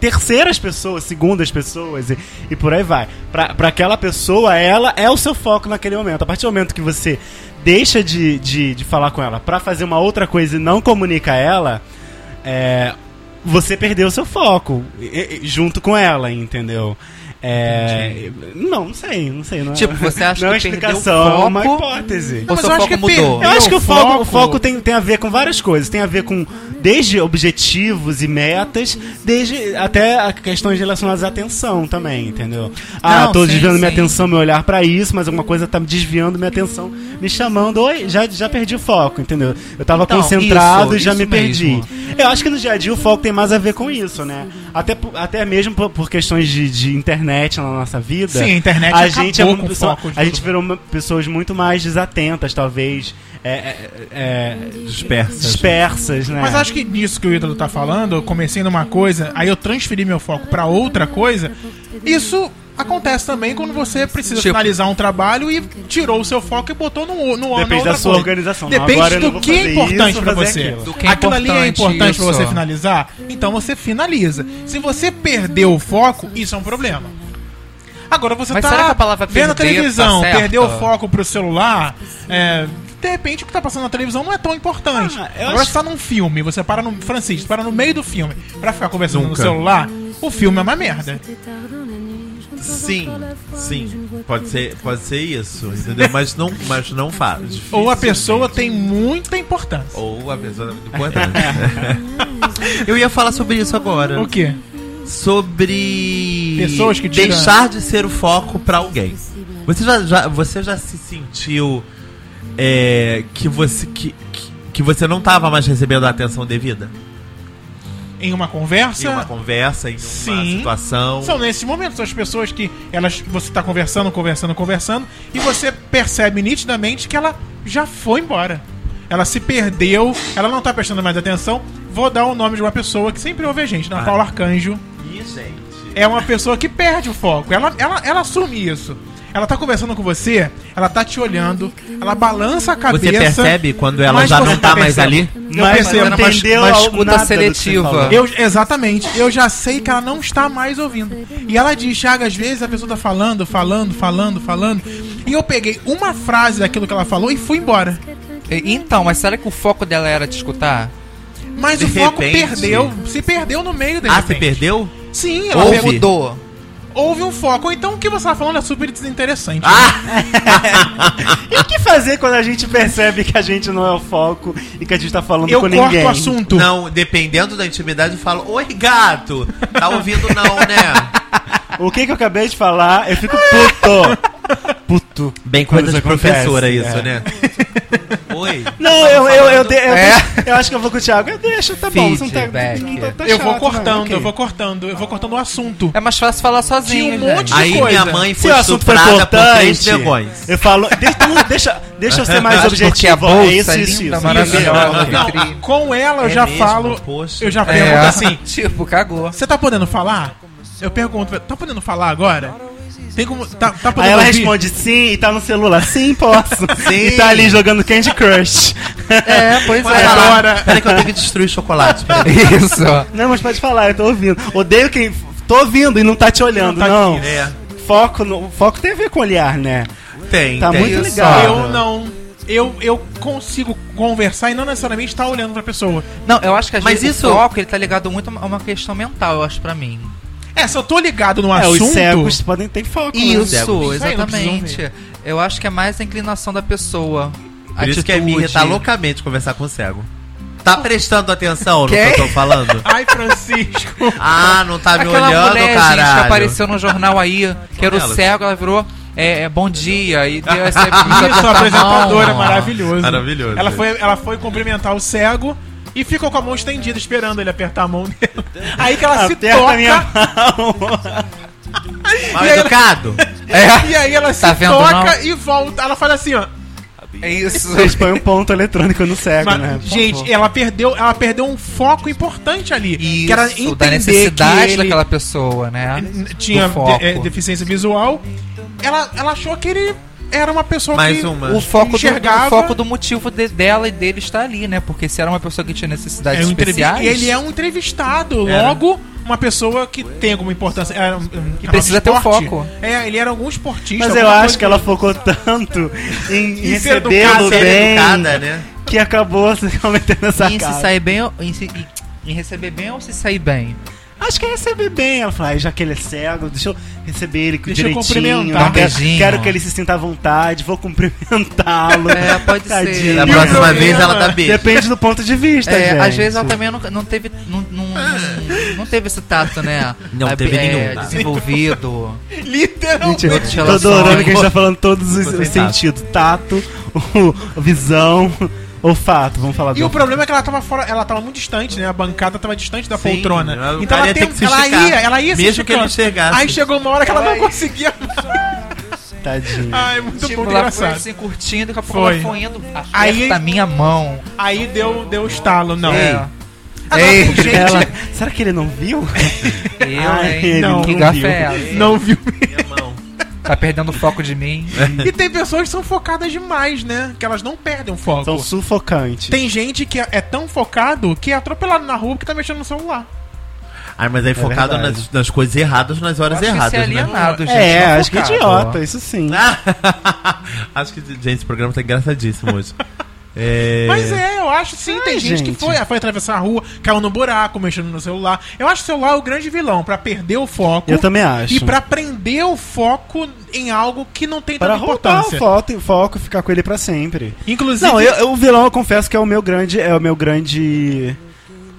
Speaker 2: terceiras pessoas, segundas pessoas e, e por aí vai. Pra, pra aquela pessoa, ela é o seu foco naquele momento. A partir do momento que você deixa de, de, de falar com ela pra fazer uma outra coisa e não comunica ela, é, você perdeu o seu foco e- e- junto com ela, entendeu? É, não, não sei, não sei. Não é-
Speaker 4: Tipo, você acha
Speaker 2: não é
Speaker 4: que perdeu o
Speaker 2: explicação, é uma
Speaker 4: foco?
Speaker 2: hipótese.
Speaker 4: Ou
Speaker 1: mas
Speaker 4: seu
Speaker 1: eu acho
Speaker 4: foco
Speaker 1: que é
Speaker 4: mudou?
Speaker 1: per-
Speaker 2: Eu acho que o foco,
Speaker 1: foco-
Speaker 2: o foco tem, tem a ver com várias coisas. Tem a ver com desde objetivos e metas, desde até a questões relacionadas à atenção também, entendeu? Ah,
Speaker 4: Não,
Speaker 2: tô
Speaker 4: sim,
Speaker 2: desviando minha
Speaker 4: sim.
Speaker 2: atenção, meu olhar pra isso, mas alguma coisa tá me desviando minha atenção, me chamando, oi, já, já perdi o foco, entendeu? Eu tava
Speaker 4: Então,
Speaker 2: concentrado
Speaker 4: isso,
Speaker 2: e já
Speaker 4: isso
Speaker 2: me perdi.
Speaker 4: mesmo.
Speaker 2: Eu acho que no dia a dia o foco tem mais a ver com isso, né? Até, po- até mesmo por, por questões de, de internet na nossa vida.
Speaker 1: Sim, a internet
Speaker 2: a
Speaker 1: acabou
Speaker 2: gente é muito
Speaker 1: com o
Speaker 2: pessoa-
Speaker 1: foco de
Speaker 2: A
Speaker 1: todo
Speaker 2: gente virou uma- pessoas muito mais desatentas, talvez. É, é, é,
Speaker 3: Dispersas.
Speaker 2: dispersas, né?
Speaker 1: Mas acho que nisso que o Ítalo tá falando, eu comecei numa coisa, aí eu transferi meu foco pra outra coisa. Isso acontece também quando você precisa
Speaker 4: Tipo-
Speaker 1: finalizar um trabalho e tirou o seu foco e botou no, no na
Speaker 2: Depende da
Speaker 1: outra
Speaker 2: sua
Speaker 1: coisa.
Speaker 2: organização. Não,
Speaker 1: Depende
Speaker 2: agora eu não
Speaker 1: do
Speaker 2: vou
Speaker 1: que é
Speaker 2: fazer
Speaker 1: importante
Speaker 2: isso,
Speaker 1: pra
Speaker 2: fazer
Speaker 1: você.
Speaker 2: aquilo.
Speaker 4: Do que é
Speaker 1: Aquilo ali é
Speaker 4: importante,
Speaker 1: importante pra
Speaker 4: isso.
Speaker 1: você finalizar, então você finaliza. Se você perdeu o foco, isso é um problema. Agora você
Speaker 4: Mas
Speaker 1: tá
Speaker 4: será que a palavra
Speaker 1: vendo a
Speaker 4: perder tá
Speaker 1: televisão,
Speaker 4: certa?
Speaker 1: perdeu o foco pro celular, é, de repente o que tá passando na televisão não é tão importante.
Speaker 2: Ah, eu
Speaker 1: Agora
Speaker 2: acho-
Speaker 1: você tá num filme, você para no. Francisco, você para no meio do filme pra ficar conversando no
Speaker 3: Nunca.
Speaker 1: celular, o filme é uma merda.
Speaker 3: Sim, sim. Pode ser, pode ser isso, entendeu? Mas não, mas não faz. Difícil.
Speaker 1: Ou a pessoa tem muita importância.
Speaker 3: Ou a pessoa é muito importante. Eu ia falar sobre isso agora.
Speaker 1: O quê?
Speaker 3: Sobre
Speaker 1: Pessoas que tiram-
Speaker 3: deixar de ser o foco pra alguém. Você já, já- você já se sentiu é, que você que, que, que você não tava mais recebendo a atenção devida?
Speaker 1: Em uma conversa.
Speaker 3: Em uma conversa, em uma
Speaker 1: Sim.
Speaker 3: situação.
Speaker 1: São nesses momentos, são as pessoas que elas você está conversando, conversando, conversando, e você percebe nitidamente que ela já foi embora. Ela se perdeu, ela não tá prestando mais atenção. Vou dar o nome de uma pessoa que sempre ouve a gente, Ana
Speaker 3: Ah.
Speaker 1: Paula Arcanjo.
Speaker 3: Ih, gente.
Speaker 1: É uma pessoa que perde o foco. Ela, ela, ela assume isso. Ela tá conversando com você, ela tá te olhando, ela balança a cabeça.
Speaker 3: Você percebe quando ela
Speaker 1: mas
Speaker 3: já
Speaker 1: você
Speaker 3: não tá mais
Speaker 1: percebe.
Speaker 3: ali?
Speaker 1: Eu
Speaker 2: né? Mas
Speaker 1: percebo.
Speaker 2: não
Speaker 4: Uma-
Speaker 2: entendeu
Speaker 4: uma
Speaker 2: ao-
Speaker 4: escuta
Speaker 2: nada do que você
Speaker 4: seletiva.
Speaker 2: falou.
Speaker 1: Eu, exatamente, eu já sei que ela não está mais ouvindo. E ela diz, Thiago, às vezes a pessoa tá falando, falando, falando, falando. E eu peguei uma frase daquilo que ela falou e fui embora.
Speaker 4: E- Então, mas será que o foco dela era te escutar?
Speaker 1: Mas
Speaker 3: De
Speaker 1: o foco
Speaker 3: repente.
Speaker 1: perdeu. Se perdeu no meio dele.
Speaker 3: Ah, se perdeu?
Speaker 1: Sim, ela
Speaker 4: Ou
Speaker 1: pegou-
Speaker 4: mudou?
Speaker 1: houve um foco. Ou Então o que você tá falando é super desinteressante.
Speaker 3: Ah,
Speaker 2: E o que fazer quando a gente percebe que a gente não é o foco e que a gente tá falando
Speaker 1: eu
Speaker 2: com
Speaker 1: corto
Speaker 2: ninguém?
Speaker 1: o assunto.
Speaker 3: Não, dependendo da intimidade, eu falo, oi gato, tá ouvindo não, né?
Speaker 2: O que que eu acabei de falar? Eu fico puto. Puto.
Speaker 3: Bem
Speaker 2: Quando
Speaker 3: coisa de
Speaker 2: isso acontece,
Speaker 3: professora
Speaker 2: é.
Speaker 3: isso, né? Oi.
Speaker 2: Não, eu, eu, eu, de- eu,
Speaker 4: É.
Speaker 2: de- eu acho que eu vou com o Thiago. Eu deixo, tá bom. Você não tá,
Speaker 4: Feedback.
Speaker 2: não tá- tá
Speaker 1: eu vou
Speaker 2: chato,
Speaker 1: cortando,
Speaker 2: não, ok.
Speaker 1: eu vou cortando, eu vou cortando o assunto.
Speaker 4: É mais fácil falar sozinho,
Speaker 1: Tinha um monte
Speaker 4: gente.
Speaker 1: de
Speaker 3: Aí
Speaker 1: coisa.
Speaker 3: minha mãe
Speaker 2: Se
Speaker 3: foi
Speaker 2: o é assunto foi
Speaker 3: estuprada por três
Speaker 2: importante,
Speaker 3: negões.
Speaker 2: eu falo, de- então, deixa, deixa eu ser mais
Speaker 4: Porque a
Speaker 2: objetivo.
Speaker 4: bolsa
Speaker 2: É isso,
Speaker 4: é
Speaker 2: isso,
Speaker 4: linda,
Speaker 2: isso.
Speaker 4: maravilhosa.
Speaker 2: Isso.
Speaker 1: Não, com ela eu
Speaker 3: É
Speaker 1: já
Speaker 3: mesmo?
Speaker 1: falo.
Speaker 3: Poxa.
Speaker 1: Eu já pergunto
Speaker 4: É,
Speaker 1: assim.
Speaker 4: Tipo, cagou.
Speaker 1: Você tá podendo falar? Eu pergunto, tá podendo falar agora? Tem como. Tá, tá podendo
Speaker 2: Aí ela
Speaker 1: ouvir?
Speaker 2: responde sim e tá no celular. Sim, posso.
Speaker 3: Sim.
Speaker 2: E tá ali jogando Candy Crush.
Speaker 4: É, pois
Speaker 3: Vai lá,
Speaker 4: é.
Speaker 3: Peraí que eu tenho que destruir chocolate. peraí.
Speaker 4: Isso.
Speaker 2: Não, mas pode falar, eu tô ouvindo. Odeio quem. Tô ouvindo e não tá te olhando,
Speaker 1: Não tá
Speaker 2: não.
Speaker 1: te-
Speaker 3: É,
Speaker 2: Foco, no, foco tem a ver com olhar, né?
Speaker 3: tem,
Speaker 2: Tá
Speaker 3: tem.
Speaker 2: muito
Speaker 4: isso.
Speaker 2: legal.
Speaker 1: Eu não. Eu, eu consigo conversar e não necessariamente estar olhando pra pessoa.
Speaker 4: Não, eu acho que às
Speaker 3: Mas
Speaker 4: vezes
Speaker 3: isso-
Speaker 4: o foco ele tá ligado muito a uma questão mental, eu acho, pra mim.
Speaker 1: É, se eu tô ligado no
Speaker 2: É,
Speaker 1: assunto.
Speaker 2: os cegos podem ter foco. né?
Speaker 4: Isso,
Speaker 1: Isso aí, não precisam
Speaker 4: exatamente. Eu acho que é mais a inclinação da pessoa.
Speaker 3: Por isso que a minha tá loucamente conversar com o cego. Tá prestando atenção no que
Speaker 4: Quem?
Speaker 3: eu tô falando?
Speaker 1: Ai, Francisco.
Speaker 3: Ah, não tá me
Speaker 4: Aquela
Speaker 3: olhando,
Speaker 4: mulher, gente, que
Speaker 3: caralho.
Speaker 4: apareceu no jornal aí, que era o
Speaker 3: Elas.
Speaker 4: cego, ela virou é, é, bom dia e deu essa
Speaker 2: Ah, tá
Speaker 1: Isso, a apresentadora,
Speaker 4: maravilhosa.
Speaker 1: maravilhoso.
Speaker 3: Maravilhoso.
Speaker 1: Ela foi, ela foi cumprimentar o cego e ficou com a mão estendida, esperando ele apertar a mão dele. Aí que ela se
Speaker 2: Ah, Aperta
Speaker 1: toca.
Speaker 2: a minha mão.
Speaker 3: Mal educado.
Speaker 1: E aí ela se
Speaker 4: Tá vendo,
Speaker 1: toca
Speaker 4: não?
Speaker 1: e volta. Ela faz assim, ó.
Speaker 4: É isso.
Speaker 2: Vocês põem um ponto eletrônico no cego,
Speaker 1: Mas,
Speaker 2: né? Por favor.
Speaker 1: gente, ela perdeu, ela perdeu um foco importante ali.
Speaker 4: Isso,
Speaker 1: que era
Speaker 4: da
Speaker 1: entender
Speaker 4: necessidade
Speaker 1: que ele
Speaker 4: daquela pessoa, né?
Speaker 1: tinha é,
Speaker 4: Do foco.
Speaker 1: de- é, deficiência visual. Ela, ela achou que ele era uma pessoa
Speaker 3: Mais
Speaker 1: que
Speaker 3: uma.
Speaker 4: O foco, do,
Speaker 1: enxergava-
Speaker 4: o foco do motivo de- dela e dele está ali, né? Porque se era uma pessoa que tinha necessidades
Speaker 1: É um entrevi-
Speaker 4: especiais,
Speaker 1: e ele é um entrevistado, logo uma pessoa que tem alguma importância. Era um- um canal
Speaker 4: precisa
Speaker 1: de
Speaker 4: ter um
Speaker 1: esporte.
Speaker 4: foco.
Speaker 1: É, ele era algum esportista.
Speaker 2: Mas eu
Speaker 1: alguma é coisa
Speaker 2: acho que ela focou tanto em
Speaker 1: Em ser
Speaker 2: recebê-lo
Speaker 1: educada, ser
Speaker 2: bem
Speaker 3: Tá educada, né?
Speaker 2: que acabou se cometendo essa
Speaker 4: em se
Speaker 2: cara.
Speaker 4: sair bem ou- em, se- em- em receber bem ou se sair bem?
Speaker 2: Acho que é receber bem. Ela fala, "Ai, já que ele é cego, deixa eu receber ele com
Speaker 1: Deixa eu
Speaker 2: direitinho.
Speaker 1: cumprimentar.
Speaker 4: Dá um
Speaker 2: quero,
Speaker 4: beijinho.
Speaker 2: quero que ele se sinta à vontade, vou cumprimentá-lo.
Speaker 4: É, pode ser.
Speaker 2: Tadinho.
Speaker 3: Da
Speaker 1: E o
Speaker 3: próxima
Speaker 1: problema-
Speaker 3: vez ela dá beijo.
Speaker 2: Depende do ponto de vista,
Speaker 4: É,
Speaker 2: gente.
Speaker 4: às vezes ela também não, não teve não, não, não- não teve esse tato, né?
Speaker 3: Não
Speaker 4: Ah,
Speaker 3: teve
Speaker 4: é,
Speaker 3: nenhum, tá?
Speaker 4: Desenvolvido.
Speaker 1: assim. Literalmente.
Speaker 2: Gente, eu
Speaker 4: Outras
Speaker 2: tô
Speaker 4: relações.
Speaker 1: um
Speaker 2: adorando que a gente tá falando todos os,
Speaker 3: Você
Speaker 2: os
Speaker 3: tá.
Speaker 2: sentidos. Tato, o- visão, olfato. Vamos falar
Speaker 1: E
Speaker 2: do
Speaker 1: o problema é que ela tava fora, ela tava muito distante, né? A bancada tava distante da
Speaker 3: Sim,
Speaker 1: poltrona.
Speaker 3: ela- o
Speaker 1: Então ela,
Speaker 3: cara ia
Speaker 1: tem,
Speaker 3: ter que se
Speaker 1: ela
Speaker 3: esticar.
Speaker 1: ia, ela ia se
Speaker 3: Mesmo que ele
Speaker 1: esticando.
Speaker 3: enxergasse.
Speaker 1: Aí chegou uma hora que ela não conseguia.
Speaker 2: tadinho.
Speaker 1: Ai, muito
Speaker 4: Tipo,
Speaker 1: bom,
Speaker 4: ela foi
Speaker 1: engraçado.
Speaker 4: assim curtindo, daqui a pouco ela
Speaker 1: Foi.
Speaker 4: foi indo, aperta
Speaker 1: Aí-
Speaker 4: a minha mão.
Speaker 1: Aí deu, deu estalo, não.
Speaker 4: É.
Speaker 1: Agora
Speaker 4: Ei.
Speaker 1: tem gente-
Speaker 2: Ela- será que ele não viu?
Speaker 4: Eu,
Speaker 2: Ai,
Speaker 4: hein?
Speaker 2: ele
Speaker 1: não
Speaker 4: que
Speaker 1: viu.
Speaker 4: gafe é essa?
Speaker 1: Não viu.
Speaker 3: Minha mão.
Speaker 4: Tá perdendo o foco de mim.
Speaker 1: E tem pessoas que são focadas demais, né? Que elas não perdem o foco.
Speaker 2: São sufocantes.
Speaker 1: Tem gente que é é tão focado que é atropelado na rua porque tá mexendo no celular.
Speaker 3: Ai, mas aí focado
Speaker 2: verdade.
Speaker 3: nas, nas coisas erradas, nas
Speaker 4: Eu
Speaker 3: horas
Speaker 4: acho que isso é
Speaker 3: erradas, né?
Speaker 4: alienado, gente.
Speaker 2: é,
Speaker 4: não
Speaker 2: acho que é
Speaker 4: focado.
Speaker 2: idiota, isso sim.
Speaker 3: Ah, acho que, gente, esse programa tá engraçadíssimo hoje. É...
Speaker 1: Mas é, eu acho sim. tem gente, que
Speaker 2: gente.
Speaker 1: foi, foi atravessar a rua, caiu no buraco, mexendo no celular. Eu acho que o celular é o grande vilão pra perder o foco.
Speaker 2: Eu também acho.
Speaker 1: E pra prender o foco em algo que não tem
Speaker 2: Para
Speaker 1: tanta
Speaker 2: roubar o
Speaker 1: importância.
Speaker 2: foco, o foco e ficar com ele pra sempre.
Speaker 1: Inclusive,
Speaker 2: Não, eu, eu- o vilão eu confesso que é o meu grande. É o meu grande.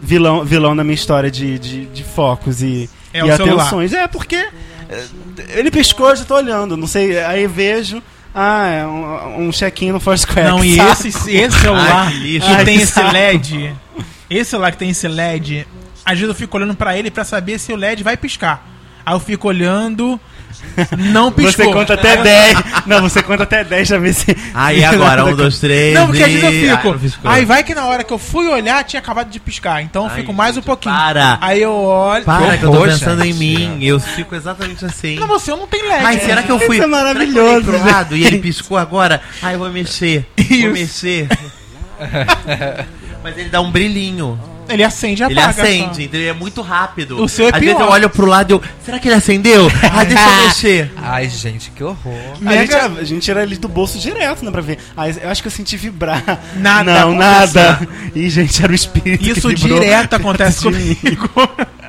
Speaker 2: Vilão, vilão na minha história de, de, de focos e,
Speaker 1: É
Speaker 2: e
Speaker 1: o celular.
Speaker 2: atenções. É, porque é, ele piscou, eu já tô olhando, não sei, aí vejo, ah, é um, um check-in no Foursquare.
Speaker 1: Não, e
Speaker 2: saco.
Speaker 1: esse, esse é celular
Speaker 3: É, Ai, que
Speaker 1: que,
Speaker 3: lixo.
Speaker 2: Ai,
Speaker 1: tem
Speaker 2: que
Speaker 1: esse
Speaker 2: saco.
Speaker 1: LED, esse celular que tem esse LED, às vezes eu fico olhando pra ele pra saber se o LED vai piscar. Aí eu fico olhando, não piscou.
Speaker 2: Você conta até 10. não, você conta até 10 pra ver se.
Speaker 3: Aí agora, um, dois, três.
Speaker 1: Não, porque às
Speaker 3: e-
Speaker 1: vezes eu
Speaker 3: Ah,
Speaker 1: fico.
Speaker 3: piscou.
Speaker 1: Aí vai que na hora que eu fui olhar, tinha acabado de piscar. Então eu
Speaker 3: Ai,
Speaker 1: fico mais um
Speaker 3: gente,
Speaker 1: pouquinho.
Speaker 3: para.
Speaker 1: Aí eu olho.
Speaker 3: Para que eu tô
Speaker 4: Poxa,
Speaker 3: pensando em
Speaker 4: gente.
Speaker 3: mim. Eu fico exatamente assim.
Speaker 1: Não, você não tem LED.
Speaker 3: Ai,
Speaker 1: né?
Speaker 3: será que eu
Speaker 2: Isso
Speaker 3: fui.
Speaker 2: é
Speaker 3: será que eu olhei
Speaker 2: maravilhoso,
Speaker 3: pro
Speaker 2: gente.
Speaker 3: lado e ele piscou agora? Ai, eu vou mexer.
Speaker 1: Isso.
Speaker 3: Vou mexer. Mas ele dá um brilhinho.
Speaker 1: Ele acende e
Speaker 3: Ele
Speaker 1: apaga.
Speaker 3: acende, então ele é muito rápido.
Speaker 1: O seu é
Speaker 3: Às vezes
Speaker 1: pior.
Speaker 3: eu olho pro lado e eu. Será que ele acendeu? Ai, deixa eu mexer.
Speaker 4: Ai, gente, que horror.
Speaker 2: A gente,
Speaker 1: Mega-
Speaker 2: a gente era ali do bolso direto, né, pra ver. Ah, eu acho que eu senti vibrar.
Speaker 1: Nada
Speaker 2: Não,
Speaker 1: aconteceu.
Speaker 2: nada. Ih, gente, era o espírito
Speaker 1: Isso
Speaker 2: que vibrou.
Speaker 1: direto acontece
Speaker 2: De mim.
Speaker 1: comigo.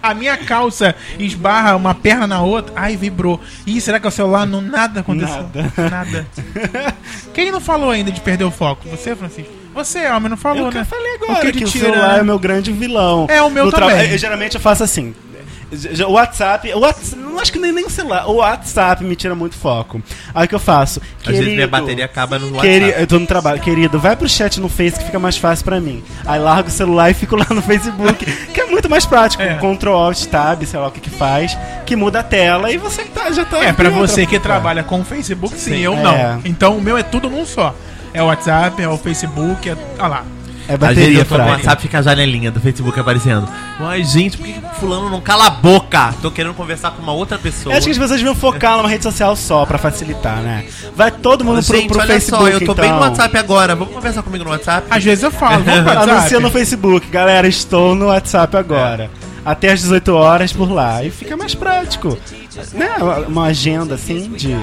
Speaker 1: A minha calça esbarra uma perna na outra. Ai, vibrou. Ih, será que é o celular? Não, nada aconteceu. Nada. Quem não falou ainda de perder o foco? Você, Francisco? Você, homem, não falou,
Speaker 2: Eu que
Speaker 1: né?
Speaker 2: falei
Speaker 1: O
Speaker 2: agora
Speaker 1: que
Speaker 2: que,
Speaker 1: te
Speaker 2: o
Speaker 1: tira-
Speaker 2: celular é o meu grande vilão.
Speaker 1: É, o meu
Speaker 2: No
Speaker 1: também.
Speaker 2: Eu, geralmente eu faço assim. O WhatsApp, o Whats- não acho que nem, nem o celular, o WhatsApp me tira muito foco. Aí o que eu faço?
Speaker 3: Às vezes minha
Speaker 2: Querido,
Speaker 3: bateria acaba no WhatsApp.
Speaker 2: Queri- eu tô no trabalho. Querido, vai pro chat no Face que fica mais fácil pra mim. Aí largo o celular e fico lá no Facebook, que é muito mais prático.
Speaker 1: É.
Speaker 2: Ctrl Alt Tab, sei lá o que que faz, que muda a tela e você tá- já tá.
Speaker 1: É, pra
Speaker 2: tem outra-
Speaker 1: você que trabalha com o Facebook, sim, eu
Speaker 2: É.
Speaker 1: não. Então o meu é tudo num só. É o WhatsApp, é o Facebook, é. Olha lá.
Speaker 2: É
Speaker 3: Às vezes
Speaker 2: bateria
Speaker 3: eu tô no
Speaker 2: fraca.
Speaker 3: WhatsApp fica a janelinha do Facebook aparecendo. Ai, gente, por que que fulano não cala a boca? Tô querendo conversar com uma outra pespessoa.
Speaker 2: Eu Acho que as pessoas deviam focar numa rede social só pra facilitar, né? Vai todo mundo pro,
Speaker 3: Gente,
Speaker 2: pro
Speaker 3: olha
Speaker 2: Facebook.
Speaker 3: só, eu tô
Speaker 2: então.
Speaker 3: bem no WhatsApp agora. Vamos conversar comigo no WhatsApp?
Speaker 1: Às vezes eu falo, vamos pro
Speaker 2: Anuncia no
Speaker 1: WhatsApp.
Speaker 2: Facebook, galera, estou no WhatsApp agora. Até às 18 horas por lá. E fica mais prático. Né? Uma agenda assim de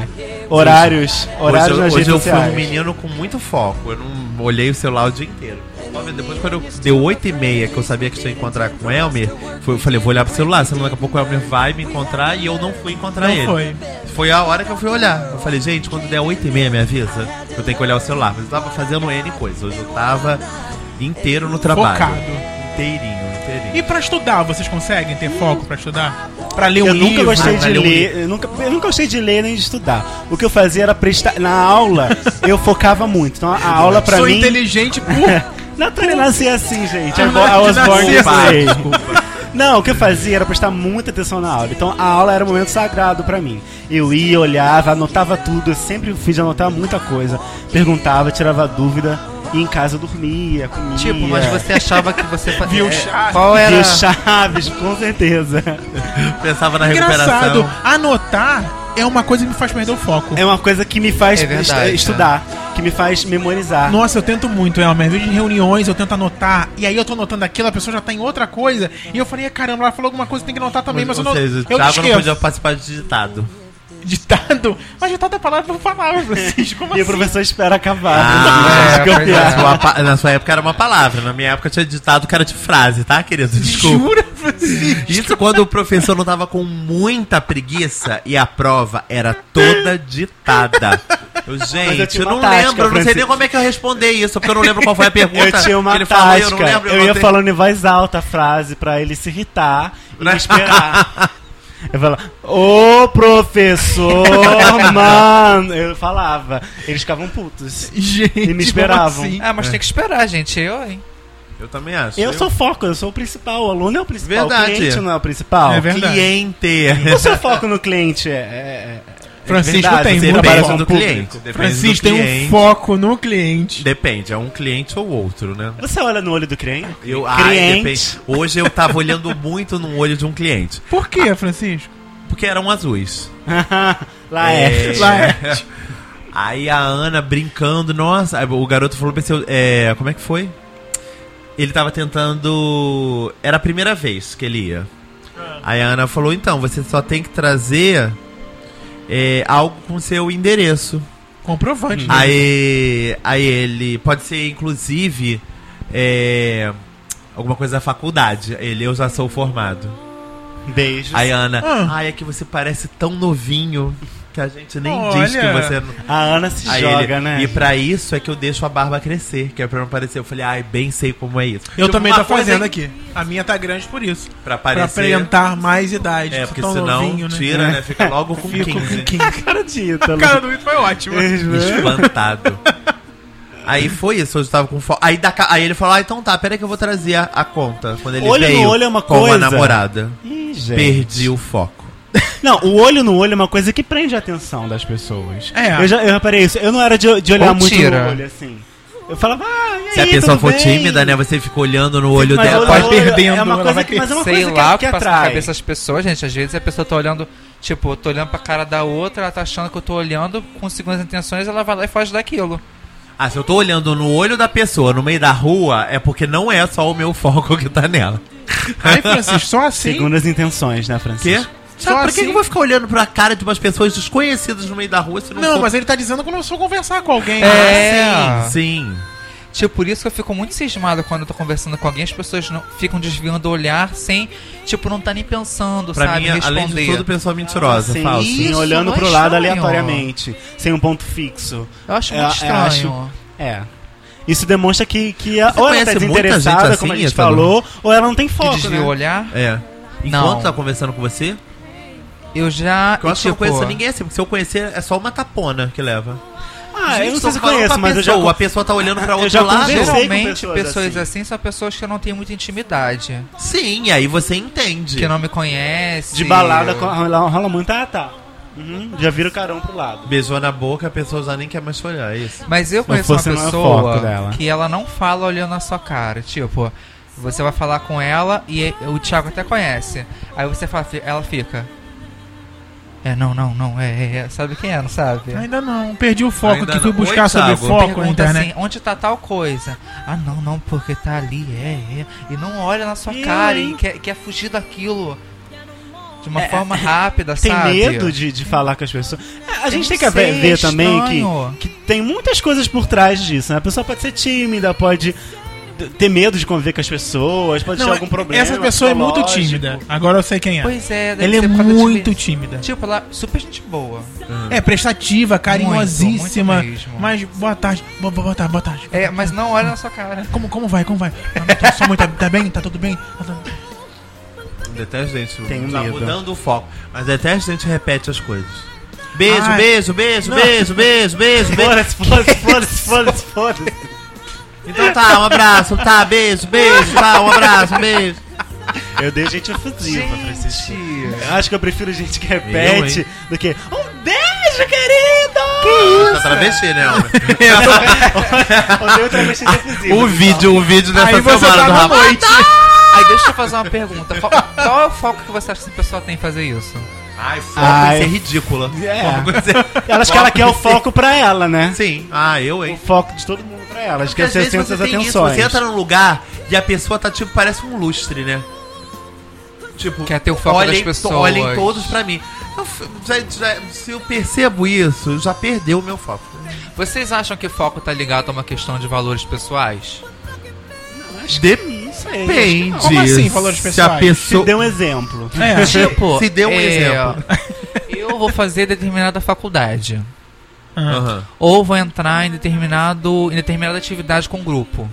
Speaker 2: horários,
Speaker 3: Hoje,
Speaker 2: horários
Speaker 3: eu-
Speaker 2: nas
Speaker 3: hoje
Speaker 2: redes
Speaker 3: eu fui
Speaker 2: sociais.
Speaker 3: um menino com muito foco. Eu não olhei o celular o dia inteiro. Óbvio, Depois, quando eu deu 8 e meia, que eu sabia que ia encontrar com o Elmer, foi, eu falei, vou olhar pro celular, senão daqui a pouco o Elmer vai me encontrar e eu não fui encontrar
Speaker 1: Não
Speaker 3: ele.
Speaker 1: foi.
Speaker 3: Foi a hora que eu fui olhar. Eu falei, gente, quando der 8 e meia, me avisa. Eu tenho que olhar o celular. Mas eu tava fazendo N coisas. Hoje eu tava inteiro no trabalho.
Speaker 1: Focado.
Speaker 3: Inteirinho, inteirinho.
Speaker 1: E pra estudar, vocês conseguem ter foco pra estudar? Pra ler um
Speaker 2: Eu
Speaker 1: livro?
Speaker 2: nunca gostei de
Speaker 3: vai ler um
Speaker 2: ler, eu nunca, eu nunca gostei de ler nem de estudar. O que eu fazia era prestar. Na aula, eu focava muito. Então a, a aula pra
Speaker 1: Sou
Speaker 2: mim.
Speaker 1: inteligente por
Speaker 2: Naturalmente nasci assim, gente.
Speaker 1: Ah,
Speaker 2: I bo- I was
Speaker 1: nasci
Speaker 2: born
Speaker 1: assim.
Speaker 2: this way. Não, o que eu fazia era prestar muita atenção na aula. Então a aula era um momento sagrado pra mim. Eu ia, olhava, anotava tudo. Eu sempre fiz de anotar muita coisa. Perguntava, tirava dúvida. E em casa eu dormia, comia.
Speaker 4: Tipo, mas você achava que você fazia.
Speaker 1: Viu chá?
Speaker 4: Qual era?
Speaker 2: Viu Chaves, com certeza.
Speaker 3: Pensava na recuperação.
Speaker 1: Engraçado, anotar é uma coisa que me faz perder o foco.
Speaker 2: É uma coisa que me faz
Speaker 4: É verdade, é.
Speaker 2: est- estudar, que me faz memorizar.
Speaker 1: Nossa, eu tento muito, Elmer. Às vezes em reuniões eu tento anotar, e aí eu tô anotando aquilo, a pessoa já tá em outra coisa, e eu falei, "Ah, caramba, ela falou alguma coisa, tem que anotar também, mas,
Speaker 3: Ou
Speaker 1: eu não,
Speaker 3: seja, o
Speaker 1: eu não
Speaker 3: Thiago não
Speaker 1: esqueço.
Speaker 3: podia participar de digitado.
Speaker 1: Ditado? Mas ditado é palavra por palavra, Francisco, como
Speaker 2: E o
Speaker 1: assim?
Speaker 2: professor espera acabar.
Speaker 3: Ah,
Speaker 4: é, pois
Speaker 3: Na
Speaker 4: é.
Speaker 3: sua, pa- na sua época era uma palavra, na minha época tinha ditado que era de frase, tá, querido? Desculpa.
Speaker 1: Jura, Francisco?
Speaker 3: Isso quando o professor não tava com muita preguiça e a prova era toda ditada. Eu,
Speaker 2: eu
Speaker 3: gente,
Speaker 2: tinha
Speaker 3: eu, não
Speaker 2: uma tática,
Speaker 3: lembro, eu não sei nem
Speaker 2: Francisco.
Speaker 3: como é que eu respondi isso, porque eu não lembro qual foi a pergunta.
Speaker 2: Eu tinha uma
Speaker 3: que ele falou,
Speaker 2: tática.
Speaker 3: eu
Speaker 2: eu,
Speaker 3: não lembro, eu
Speaker 2: ia
Speaker 3: anotei.
Speaker 2: falando em voz alta a frase pra ele se irritar e me esperar. Eu falava, ô professor, mano. Eu falava. Eles ficavam putos.
Speaker 1: Gente,
Speaker 2: E me esperavam.
Speaker 1: como
Speaker 3: É
Speaker 1: assim?
Speaker 4: Ah, mas tem que esperar, gente. Eu, hein?
Speaker 3: Eu também acho.
Speaker 2: Eu sou o foco, eu sou o principal. O aluno é o principal,
Speaker 3: Verdade.
Speaker 2: o cliente não é o principal.
Speaker 1: É
Speaker 2: É
Speaker 1: verdade.
Speaker 2: verdade.
Speaker 3: cliente.
Speaker 2: O seu foco no cliente é- é- é-
Speaker 1: Francisco
Speaker 2: verdade,
Speaker 1: tem
Speaker 2: você
Speaker 1: muito
Speaker 2: trabalha
Speaker 1: foco.
Speaker 2: com-
Speaker 3: do
Speaker 2: público.
Speaker 3: cliente. Depende
Speaker 1: Francisco
Speaker 3: do
Speaker 1: tem um
Speaker 3: cliente.
Speaker 1: foco no cliente.
Speaker 3: Depende, é um cliente ou outro, né?
Speaker 2: é. Você olha no olho do cliente?
Speaker 3: Eu, ah, é
Speaker 2: Cliente.
Speaker 3: depende. Hoje eu tava olhando muito no olho de um cliente,
Speaker 1: Por que, Francisco?
Speaker 3: porque eram azuis.
Speaker 2: Lá é.
Speaker 1: Lá é.
Speaker 3: Aí a Ana brincando, nossa, aí o garoto falou pra esse- é, como é que foi? Ele tava tentando, era a primeira vez que ele ia.
Speaker 1: É.
Speaker 3: Aí a Ana falou, então, você só tem que trazer é, algo com seu endereço.
Speaker 1: Comprovante. né?
Speaker 3: Aí, aí ele pode ser inclusive é, alguma coisa da faculdade. Ele eu já sou formado.
Speaker 2: Beijos.
Speaker 3: Aí a Ana,
Speaker 1: Ah.
Speaker 3: ai é que você parece tão novinho que a gente nem diz que
Speaker 1: Olha.
Speaker 3: você não.
Speaker 2: A Ana se
Speaker 3: Aí
Speaker 2: joga,
Speaker 3: ele,
Speaker 2: né?
Speaker 3: E pra isso é que eu deixo a barba crescer, que é pra não parecer. Eu falei, ai, bem sei como é isso.
Speaker 1: Eu
Speaker 3: Tipo,
Speaker 1: também
Speaker 3: uma
Speaker 1: tô
Speaker 3: coisa
Speaker 1: fazendo
Speaker 3: é
Speaker 1: aqui. A minha tá grande por isso.
Speaker 3: Pra
Speaker 1: Pra
Speaker 3: parecer.
Speaker 1: aparentar mais idade.
Speaker 3: é,
Speaker 1: tô
Speaker 3: porque
Speaker 1: tão
Speaker 3: senão
Speaker 1: novinho, né?
Speaker 3: tira, né? Fica logo com
Speaker 1: Fico com
Speaker 3: 15.
Speaker 1: 15.
Speaker 2: A cara de Ítalo.
Speaker 1: A cara do Ito foi ótima.
Speaker 3: Espantado. Aí foi isso, eu tava com foco. Aí, da ca- aí ele falou: ah, então tá, peraí que eu vou trazer a, a conta. Quando ele
Speaker 2: Olho no
Speaker 3: veio
Speaker 2: olho é uma
Speaker 3: com a
Speaker 2: coisa.
Speaker 3: namorada.
Speaker 2: Ih, gente.
Speaker 3: Perdi o foco.
Speaker 2: Não, o olho no olho é uma coisa que prende a atenção das pessoas.
Speaker 1: É.
Speaker 2: Eu, já, eu reparei isso. Eu não era de, de olhar
Speaker 4: Ou
Speaker 2: muito
Speaker 4: tira.
Speaker 2: no olho, assim. Eu falava, ah, e aí,
Speaker 3: Se a pessoa
Speaker 2: tudo
Speaker 3: for
Speaker 2: bem?
Speaker 3: tímida, né? Você fica olhando no olho
Speaker 2: Mas
Speaker 3: dela.
Speaker 2: olho no
Speaker 1: vai
Speaker 2: olho
Speaker 1: perdendo,
Speaker 2: É uma
Speaker 1: ela
Speaker 2: coisa
Speaker 1: vai
Speaker 2: que, mas é uma
Speaker 4: Sei
Speaker 2: coisa
Speaker 4: lá o
Speaker 2: que,
Speaker 4: que,
Speaker 2: que
Speaker 4: passa na
Speaker 2: atrai.
Speaker 4: cabeça das pessoas, gente. Às vezes a pessoa tá olhando, tipo, eu tô olhando pra cara da outra, ela tá achando que eu tô olhando com segundas intenções, ela vai lá e foge daquilo.
Speaker 3: Ah, se eu tô olhando no olho da pessoa no meio da rua, é porque não é só o meu foco que tá nela.
Speaker 1: Aí, Francisco, só assim.
Speaker 2: Segundo as intenções, né,
Speaker 3: Quê?
Speaker 2: Francisco?
Speaker 1: Só
Speaker 3: Sabe, pra que
Speaker 1: assim?
Speaker 3: que eu vou ficar olhando pra cara de umas pessoas desconhecidas no meio da rua se não
Speaker 1: Não,
Speaker 3: for-
Speaker 1: mas ele tá dizendo que eu não sou conversar com alguém. né?
Speaker 4: É.
Speaker 3: Sim.
Speaker 4: Tipo, por isso que eu fico muito cismado quando eu tô conversando com alguém, as pessoas não, ficam desviando o olhar sem, tipo, não tá nem pensando,
Speaker 3: Pra
Speaker 4: sabe?
Speaker 3: mim, além de tudo, pessoa mentirosa,
Speaker 2: Sim,
Speaker 3: falsa.
Speaker 2: sim,
Speaker 4: Isso,
Speaker 2: olhando
Speaker 4: não é
Speaker 2: pro lado
Speaker 4: estranho.
Speaker 2: aleatoriamente, sem um ponto fixo.
Speaker 4: Eu acho
Speaker 2: É,
Speaker 4: muito
Speaker 2: é,
Speaker 4: estranho.
Speaker 2: acho- É. Isso demonstra que, que a,
Speaker 3: Você
Speaker 2: ou ela tá
Speaker 3: conhece muita
Speaker 2: desinteressada,
Speaker 3: gente
Speaker 2: como a
Speaker 3: assim,
Speaker 2: gente
Speaker 3: Ítalo?
Speaker 2: falou, ou ela não tem
Speaker 4: Que
Speaker 2: foco,
Speaker 4: desvia o
Speaker 2: né?
Speaker 4: olhar.
Speaker 3: É. Enquanto
Speaker 4: Não.
Speaker 3: tá conversando com você,
Speaker 4: Eu já.
Speaker 3: porque eu acho que eu não
Speaker 4: tipo,
Speaker 3: conheço ninguém assim, porque se eu conhecer é só uma tapona que leva.
Speaker 2: Ah, eu não
Speaker 3: tô
Speaker 2: sei se eu
Speaker 3: falando pra
Speaker 2: conheço, mas eu já...
Speaker 3: pessoa, A pessoa tá olhando pra
Speaker 2: Eu
Speaker 3: outro
Speaker 2: já
Speaker 3: lado.
Speaker 2: conversei.
Speaker 4: Geralmente,
Speaker 2: com
Speaker 4: pessoas,
Speaker 2: pessoas
Speaker 4: assim. são pessoas que eu não tenho muita intimidade.
Speaker 3: Sim, aí você entende.
Speaker 4: Que não me conhece.
Speaker 2: De balada, com- rola, rola muito, ah, tá. Uhum, já vira o carão pro lado.
Speaker 3: Beijou na boca, a pessoa já nem quer mais olhar, é isso.
Speaker 4: Mas eu
Speaker 2: não
Speaker 4: conheço uma
Speaker 2: fosse uma
Speaker 4: pessoa
Speaker 2: foto dela.
Speaker 4: que ela não fala olhando na sua cara. Tipo, você vai falar com ela e o Thiago até conhece. Aí você fala, fi- ela fica. É, não, não, não, é, é, é. Sabe quem é, não sabe?
Speaker 1: Ainda não, perdi o foco
Speaker 3: Ainda
Speaker 1: que fui
Speaker 3: não.
Speaker 1: buscar
Speaker 3: Oi,
Speaker 1: sobre
Speaker 3: Thiago.
Speaker 2: um
Speaker 1: foco na
Speaker 4: Pergunta
Speaker 2: então, né?
Speaker 1: internet.
Speaker 4: assim, onde tá tal coisa? Ah, não, não, porque tá ali, é, é. E não olha na sua
Speaker 2: E
Speaker 4: cara
Speaker 2: aí?
Speaker 4: e quer, quer fugir daquilo de uma forma rápida,
Speaker 2: É, Tem
Speaker 4: sabe?
Speaker 2: medo de, de falar com as pessoas. É, A gente
Speaker 1: um
Speaker 4: não
Speaker 2: tem que
Speaker 4: sei,
Speaker 2: ver, ver
Speaker 4: é
Speaker 2: também que,
Speaker 4: estranho.
Speaker 2: que tem muitas coisas por trás disso, né? A pessoa pode ser tímida, pode d- ter medo de conviver com as pessoas, pode ter algum problema.
Speaker 1: essa pessoa é muito
Speaker 2: psicológico.
Speaker 1: tímida. Agora eu sei quem é.
Speaker 4: Pois é, deve
Speaker 1: Ela é
Speaker 4: ser por causa de-
Speaker 1: muito tímida.
Speaker 4: Tipo, ela é super gente boa.
Speaker 3: Hum.
Speaker 1: É prestativa, carinhosíssima.
Speaker 4: muito mesmo.
Speaker 1: mas boa tarde. Boa, boa tarde, boa tarde.
Speaker 4: É, mas não olha na sua cara.
Speaker 1: Como, como vai? Como vai? Ah, tá, só muito, tá bem? Tá tudo bem? Tá tudo-
Speaker 3: Detesto gente.
Speaker 2: Tenho
Speaker 3: tá
Speaker 2: medo.
Speaker 3: mudando o foco. Mas detesto gente repete as coisas. Beijo,
Speaker 1: Ai.
Speaker 3: beijo, beijo,
Speaker 1: Não.
Speaker 3: beijo, beijo, beijo, beijo.
Speaker 2: Foda-se, foda-se, foda-se, foda-se, foda-se.
Speaker 3: Então tá, um abraço, tá, beijo, beijo, tá, um abraço, beijo.
Speaker 2: Eu dei gente ofensiva, Francisco.
Speaker 4: Gente.
Speaker 2: Eu acho que eu prefiro gente que repete
Speaker 3: hein?
Speaker 2: do que um beijo, querido!
Speaker 3: Tá travesti, né? Ana?
Speaker 2: Eu dei outra
Speaker 1: Ah,
Speaker 2: vez gente ofensiva.
Speaker 3: o vídeo, o vídeo dessa
Speaker 1: Aí você
Speaker 3: semana
Speaker 1: tá
Speaker 3: do
Speaker 1: na
Speaker 3: rapaz.
Speaker 1: noite.
Speaker 4: Aí deixa eu fazer uma pergunta. Qual, qual é o foco que você acha que essa pessoa tem em fazer isso?
Speaker 3: Ai, foco
Speaker 2: Ai.
Speaker 3: em ser ridícula.
Speaker 2: É.
Speaker 3: Foco em ser-
Speaker 2: Ela acho que ela
Speaker 3: foco
Speaker 2: quer
Speaker 3: em
Speaker 2: o foco pra ela, né?
Speaker 3: ser- Sim. Ah, eu,
Speaker 2: O
Speaker 3: hein?
Speaker 2: foco de todo mundo pra ela. Acho que é
Speaker 3: Porque às
Speaker 2: ser
Speaker 3: vezes
Speaker 2: centro
Speaker 3: você
Speaker 2: das
Speaker 3: tem isso, você
Speaker 2: atenções.
Speaker 3: entra num lugar e a pessoa tá tipo, parece um lustre, né? Tipo,
Speaker 4: Quer é ter o foco das pessoas.
Speaker 3: olhem todos pra mim. Eu f- já- já- se eu percebo isso, já perdeu o meu foco.
Speaker 4: Vocês acham que foco tá ligado a uma questão de valores pessoais?
Speaker 2: Isso aí.
Speaker 3: Depende.
Speaker 1: Como assim, valores
Speaker 3: Se a
Speaker 1: pessoais?
Speaker 3: pessoa...
Speaker 2: Dê um exemplo.
Speaker 1: É.
Speaker 4: Tipo,
Speaker 3: Se dê um exemplo.
Speaker 4: Eu vou fazer determinada faculdade.
Speaker 1: Aham.
Speaker 3: Aham.
Speaker 4: Ou vou entrar em, determinado, em determinada atividade com grupo.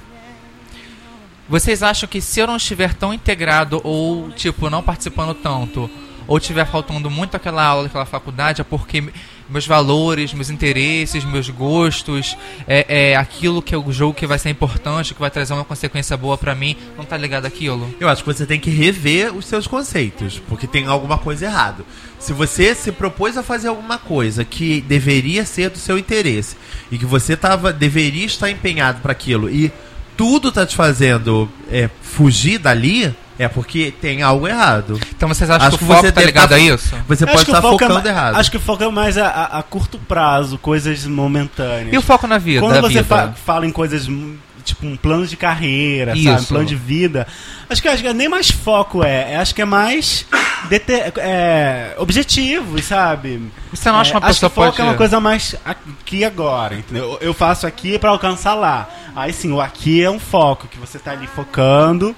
Speaker 4: Vocês acham que se eu não estiver tão integrado ou, tipo, não participando tanto, ou estiver faltando muito aquela aula daquela faculdade, é porque me- meus valores, meus interesses, meus gostos, é, é aquilo que é o jogo que vai ser importante, que vai trazer uma consequência boa pra mim, não tá ligado àquilo?
Speaker 3: Eu acho que você tem que rever os seus conceitos, porque tem alguma coisa errada. Se você se propôs a fazer alguma coisa que deveria ser do seu interesse e que você tava, deveria estar empenhado para aquilo e tudo tá te fazendo é, fugir dali, é porque tem algo errado.
Speaker 4: Então vocês acham
Speaker 3: Acho
Speaker 4: que o
Speaker 3: que você
Speaker 4: foco tá
Speaker 3: deve
Speaker 4: ligado
Speaker 3: tá-
Speaker 4: a isso?
Speaker 3: Você
Speaker 2: Acho
Speaker 3: pode
Speaker 2: que
Speaker 3: estar
Speaker 2: o foco é
Speaker 3: focando
Speaker 2: ma-
Speaker 3: errado.
Speaker 2: Acho que o foco é mais a, a- a curto prazo, coisas momentâneas.
Speaker 4: E o foco na vida?
Speaker 2: Quando
Speaker 4: a
Speaker 2: você tá
Speaker 4: vida?
Speaker 3: né?
Speaker 2: fa- fala em coisas hum, tipo um plano de carreira, sabe? Um
Speaker 4: Isso.
Speaker 2: plano de vida. Acho que, acho que nem mais foco é. é, Acho que é mais dete- é, objetivos, sabe?
Speaker 4: Você não acha uma
Speaker 2: É, acho que
Speaker 4: pessoa
Speaker 2: foco
Speaker 4: pode...
Speaker 2: é uma coisa mais aqui e agora, entendeu? Eu faço aqui pra alcançar lá. Aí sim, o aqui é um foco que você tá ali focando.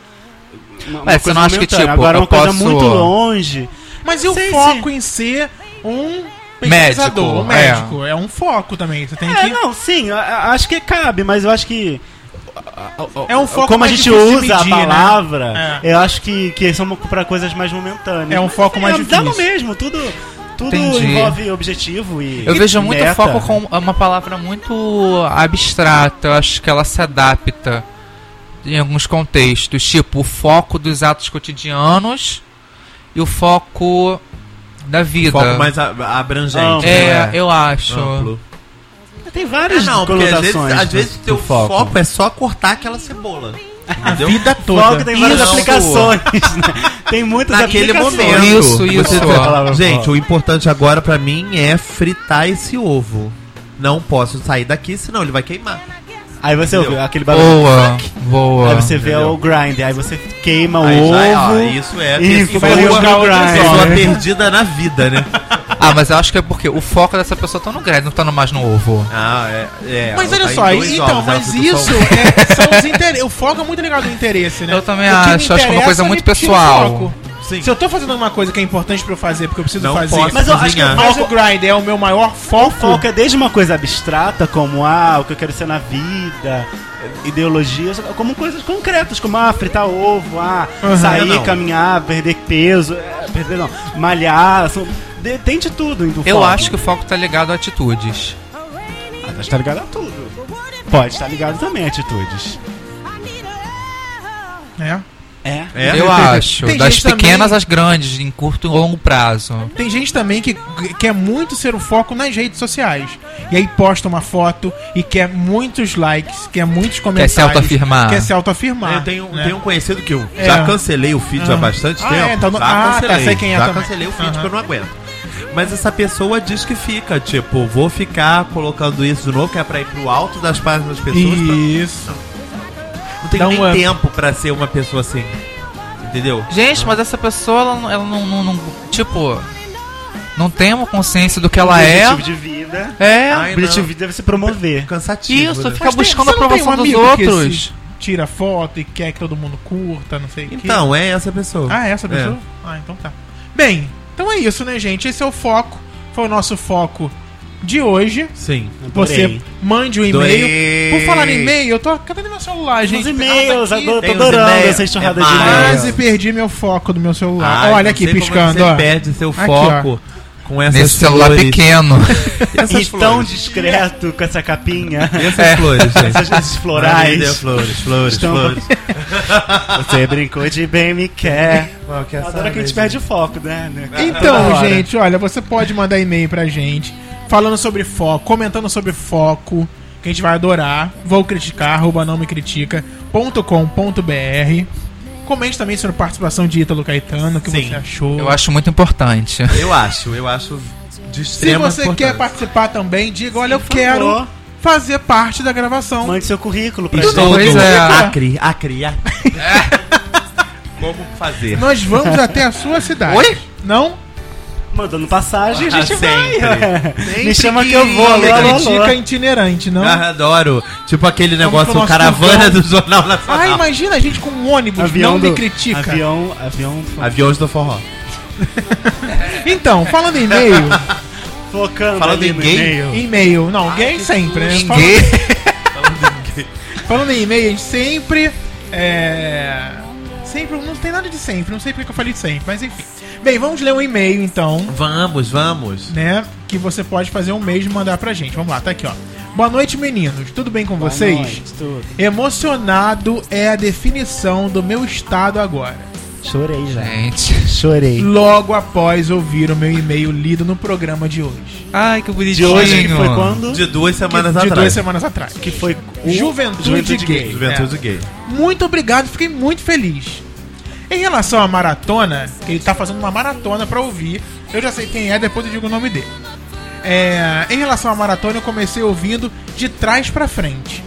Speaker 2: Uma, uma
Speaker 4: É, você não acha que,
Speaker 2: momentânea.
Speaker 4: tipo,
Speaker 2: agora é uma
Speaker 4: eu
Speaker 2: coisa
Speaker 4: posso-
Speaker 2: muito longe.
Speaker 1: Mas e o
Speaker 2: Sim,
Speaker 1: foco em ser um pesquisador,
Speaker 4: Médico,
Speaker 1: um médico? É. um foco também. Você tem
Speaker 2: É,
Speaker 1: que.
Speaker 2: não, sim, a- a- acho que cabe, mas eu acho que.
Speaker 1: É um foco
Speaker 2: Como a
Speaker 1: mais
Speaker 2: gente
Speaker 1: difícil de
Speaker 2: usa
Speaker 1: medir,
Speaker 2: a
Speaker 1: né?
Speaker 2: palavra,
Speaker 1: É.
Speaker 2: eu acho que, que são para coisas mais momentâneas.
Speaker 1: É um foco mais
Speaker 2: É, Dá no
Speaker 1: difícil.
Speaker 2: mesmo, tudo, tudo
Speaker 4: Entendi.
Speaker 2: envolve objetivo e.
Speaker 4: Eu vejo muito
Speaker 2: meta.
Speaker 4: foco com uma palavra muito abstrata. Eu acho que ela se adapta em alguns contextos. Tipo, o foco dos atos cotidianos e o foco da vida.
Speaker 3: Foco mais a- abrangente. né?
Speaker 2: Amplo.
Speaker 4: É, eu acho.
Speaker 3: Amplo.
Speaker 2: Tem
Speaker 3: Ah,
Speaker 2: várias
Speaker 3: não, porque às vezes,
Speaker 2: conotações.
Speaker 3: às vezes
Speaker 2: É, do-
Speaker 3: teu
Speaker 2: do
Speaker 3: foco. é só cortar aquela cebola.
Speaker 1: A
Speaker 3: Entendeu?
Speaker 1: vida toda.
Speaker 2: Foco tem várias
Speaker 3: Isso.
Speaker 2: aplicações, né? Tem muitas
Speaker 3: Naquele
Speaker 2: aplicações.
Speaker 3: momento.
Speaker 4: Isso,
Speaker 3: Você
Speaker 4: isso.
Speaker 1: é
Speaker 3: fala,
Speaker 2: Palavra
Speaker 3: Gente,
Speaker 2: foco.
Speaker 3: o importante agora pra mim é fritar esse ovo. Não posso sair daqui, senão ele vai queimar.
Speaker 2: Aí você ouve aquele barulho.
Speaker 4: Boa, boa.
Speaker 2: Aí você vê
Speaker 3: Oh, Entendeu?
Speaker 2: o grind, aí você queima
Speaker 3: Aí
Speaker 2: o
Speaker 3: já é, ó,
Speaker 2: ovo.
Speaker 3: isso é
Speaker 2: e
Speaker 3: isso
Speaker 2: foi
Speaker 3: é
Speaker 2: o
Speaker 3: uma
Speaker 2: grind.
Speaker 3: pessoa perdida na vida, né?
Speaker 4: Ah, mas eu acho que é porque o foco dessa pessoa tá no grade, não tá no mais no ovo.
Speaker 3: Ah, é. é
Speaker 1: Mas
Speaker 3: ela
Speaker 1: olha
Speaker 3: tá em
Speaker 1: só,
Speaker 3: dois
Speaker 1: então,
Speaker 3: ovos,
Speaker 4: né,
Speaker 3: ela
Speaker 1: mas
Speaker 3: frita só
Speaker 1: isso
Speaker 3: um.
Speaker 1: é, são os interesses. O foco é muito legal do interesse, né?
Speaker 4: Eu
Speaker 1: O
Speaker 4: também
Speaker 1: que me
Speaker 4: acho, acho que é uma coisa
Speaker 1: interessa
Speaker 4: muito
Speaker 1: me tira o
Speaker 4: pessoal.
Speaker 1: foco.
Speaker 3: Sim.
Speaker 1: Se eu tô fazendo uma coisa que é importante pra eu fazer, porque eu preciso
Speaker 3: Não
Speaker 1: fazer,
Speaker 3: posso
Speaker 1: mas,
Speaker 2: Mas eu acho que
Speaker 3: cozinhar.
Speaker 2: o
Speaker 1: mas
Speaker 2: foco
Speaker 1: o grind é o meu maior
Speaker 2: O
Speaker 1: foco.
Speaker 2: foco é desde uma coisa abstrata, como ah, o que eu quero ser na vida, ideologias, como coisas concretas, como ah, fritar ovo, ah,
Speaker 1: Uhum.
Speaker 2: sair,
Speaker 3: É, não.
Speaker 2: caminhar, perder peso, é, perder não, malhar, são, de, tem de tudo. um Do
Speaker 4: Eu acho que o foco tá ligado a atitudes.
Speaker 2: Ah, tá ligado a tudo. Pode estar ligado também a atitudes.
Speaker 1: É.
Speaker 2: É.
Speaker 3: É?
Speaker 4: eu acho.
Speaker 1: Tem
Speaker 4: das
Speaker 1: gente também-
Speaker 4: pequenas às grandes, em curto e longo prazo.
Speaker 1: Tem gente também que que quer muito ser o foco nas redes sociais. E aí posta uma foto e quer muitos likes, quer muitos comentários.
Speaker 4: autoafirmar.
Speaker 1: Quer se autoafirmar.
Speaker 3: Eu tenho,
Speaker 1: né?
Speaker 3: tenho um conhecido que eu
Speaker 1: É.
Speaker 3: já cancelei o feed há bastante
Speaker 1: Ah,
Speaker 3: tempo.
Speaker 1: é, então não-
Speaker 3: já
Speaker 1: ah, tá,
Speaker 3: cancelei,
Speaker 1: sei quem é
Speaker 3: já
Speaker 1: também.
Speaker 3: cancelei o feed
Speaker 1: Aham.
Speaker 3: porque eu não aguento. Mas essa pessoa diz que fica, tipo, vou ficar colocando isso de novo, que é pra ir pro alto das páginas das pessoas. pra-
Speaker 1: Isso.
Speaker 3: Não tenho
Speaker 1: Dá
Speaker 3: nem
Speaker 1: um up.
Speaker 3: tempo pra ser uma pessoa assim. Entendeu?
Speaker 4: Gente, mas essa pessoa, ela, não- ela não, não- não- Tipo. Não tem uma consciência do que ela é.
Speaker 1: tipo
Speaker 2: Objetivo de vida.
Speaker 4: É.
Speaker 3: Ai,
Speaker 2: O objetivo
Speaker 3: não.
Speaker 2: de vida deve se promover.
Speaker 3: Cansativo.
Speaker 4: isso,
Speaker 3: né?
Speaker 4: fica
Speaker 1: Mas tem-
Speaker 4: buscando a
Speaker 1: você não tem
Speaker 4: aprovação
Speaker 1: um
Speaker 4: dos
Speaker 1: amigo que
Speaker 4: outros.
Speaker 1: se Tira foto e quer que todo mundo curta, não sei o quê.
Speaker 3: Então, é essa pessoa.
Speaker 1: Ah, é essa pessoa? Ah, então tá. Bem, então é isso, né, gente? Esse é o foco. Foi o nosso foco de hoje.
Speaker 3: Sim.
Speaker 1: Você
Speaker 2: Adorei.
Speaker 1: mande um e-mail. Por falar em e-mail, eu tô. Cadê meu celular,
Speaker 2: Tem
Speaker 1: gente?
Speaker 2: uns e-mails,
Speaker 1: Ah, tá aqui.
Speaker 2: adoro, tô
Speaker 3: Tem uns
Speaker 2: adorando
Speaker 3: e-mails.
Speaker 2: essa enxurrada
Speaker 3: É
Speaker 2: de e-mails.
Speaker 1: Quase perdi meu foco do meu celular.
Speaker 3: Ai,
Speaker 1: Olha
Speaker 3: não
Speaker 1: aqui,
Speaker 3: sei como é
Speaker 1: piscando,
Speaker 3: Você
Speaker 1: ó.
Speaker 3: perde seu
Speaker 1: Aqui,
Speaker 3: foco com essas
Speaker 4: Nesse celular
Speaker 3: flores.
Speaker 4: pequeno.
Speaker 3: Essas
Speaker 2: E tão
Speaker 3: flores.
Speaker 2: discreto com essa capinha.
Speaker 3: E
Speaker 1: É.
Speaker 3: essas flores, gente.
Speaker 2: Essas
Speaker 3: Maravilha,
Speaker 2: florais.
Speaker 3: Flores, flores,
Speaker 2: Estão-
Speaker 3: flores.
Speaker 2: Você brincou de bem me quer.
Speaker 3: Qual que é essa
Speaker 2: Adora que a gente
Speaker 3: vez?
Speaker 2: perde o foco, né? né? Toda
Speaker 1: Então,
Speaker 2: hora.
Speaker 1: gente, olha, você pode mandar e-mail pra gente falando sobre foco, comentando sobre foco, que a gente vai adorar. Vou criticar, arroba não me critica, ponto com, ponto br. Comente também sobre a participação de Ítalo Caetano, o que
Speaker 3: Sim.
Speaker 1: você achou.
Speaker 4: Eu acho muito importante.
Speaker 3: Eu acho, eu acho de
Speaker 1: Se
Speaker 3: extrema
Speaker 1: você
Speaker 3: importância.
Speaker 1: quer participar também, diga, olha, eu
Speaker 2: por
Speaker 1: quero um
Speaker 2: favor.
Speaker 1: fazer parte da gravação.
Speaker 2: Mande seu currículo pra
Speaker 3: Estou
Speaker 4: Pois
Speaker 3: no
Speaker 4: é.
Speaker 3: Acre, Acre, Acre.
Speaker 1: É.
Speaker 3: Como fazer?
Speaker 1: Nós vamos até a sua cidade.
Speaker 3: Oi?
Speaker 1: Não?
Speaker 2: Mandando passagem, a gente
Speaker 3: Ah,
Speaker 2: vai.
Speaker 1: é.
Speaker 3: sempre.
Speaker 2: ué.
Speaker 3: Sempre
Speaker 2: Me chama que eu
Speaker 3: que
Speaker 2: vou. Alô, alô, alô.
Speaker 1: Dica itinerante, não? um
Speaker 3: Ah, adoro. Tipo aquele
Speaker 1: pro
Speaker 3: negócio, o
Speaker 1: nosso
Speaker 3: caravana
Speaker 1: vulcão.
Speaker 3: do Jornal
Speaker 1: Ah,
Speaker 3: Nacional.
Speaker 1: imagina a gente com um ônibus, não me critica.
Speaker 2: Avião, avião.
Speaker 3: Aviões do forró.
Speaker 1: Então, falando em e-mail,
Speaker 2: Focando
Speaker 3: Falando
Speaker 2: ali
Speaker 3: em
Speaker 2: no
Speaker 3: gay?
Speaker 2: e-mail.
Speaker 1: e-mail, não, gay sempre, né?
Speaker 3: Ninguém.
Speaker 1: Falando, falando em e-mail, a gente sempre. É. Sempre, não tem nada de sempre, não sei porque que eu falei de sempre, mas enfim. Bem, vamos ler um e-mail então.
Speaker 3: Vamos, vamos.
Speaker 1: né? Que você pode fazer um mês e mandar pra gente. Vamos lá, tá aqui, ó. Boa noite, meninos. Tudo bem com vocês?
Speaker 2: Boa noite, tudo.
Speaker 1: Emocionado é a definição do meu estado agora.
Speaker 2: Chorei já.
Speaker 4: Gente.
Speaker 2: Chorei.
Speaker 1: Logo após ouvir o meu e-mail lido no programa de hoje.
Speaker 4: Ai, que bonitinho.
Speaker 2: De hoje, que foi quando?
Speaker 3: De duas semanas
Speaker 1: de
Speaker 3: atrás.
Speaker 1: duas semanas atrás.
Speaker 2: Que foi o-
Speaker 1: Juventude, Gay. É.
Speaker 3: Juventude gay.
Speaker 1: Muito obrigado, fiquei muito feliz. Em relação à maratona, que ele tá fazendo uma maratona pra ouvir, eu já sei quem é, depois eu digo o nome dele. É, em relação à maratona, eu comecei ouvindo de trás pra frente.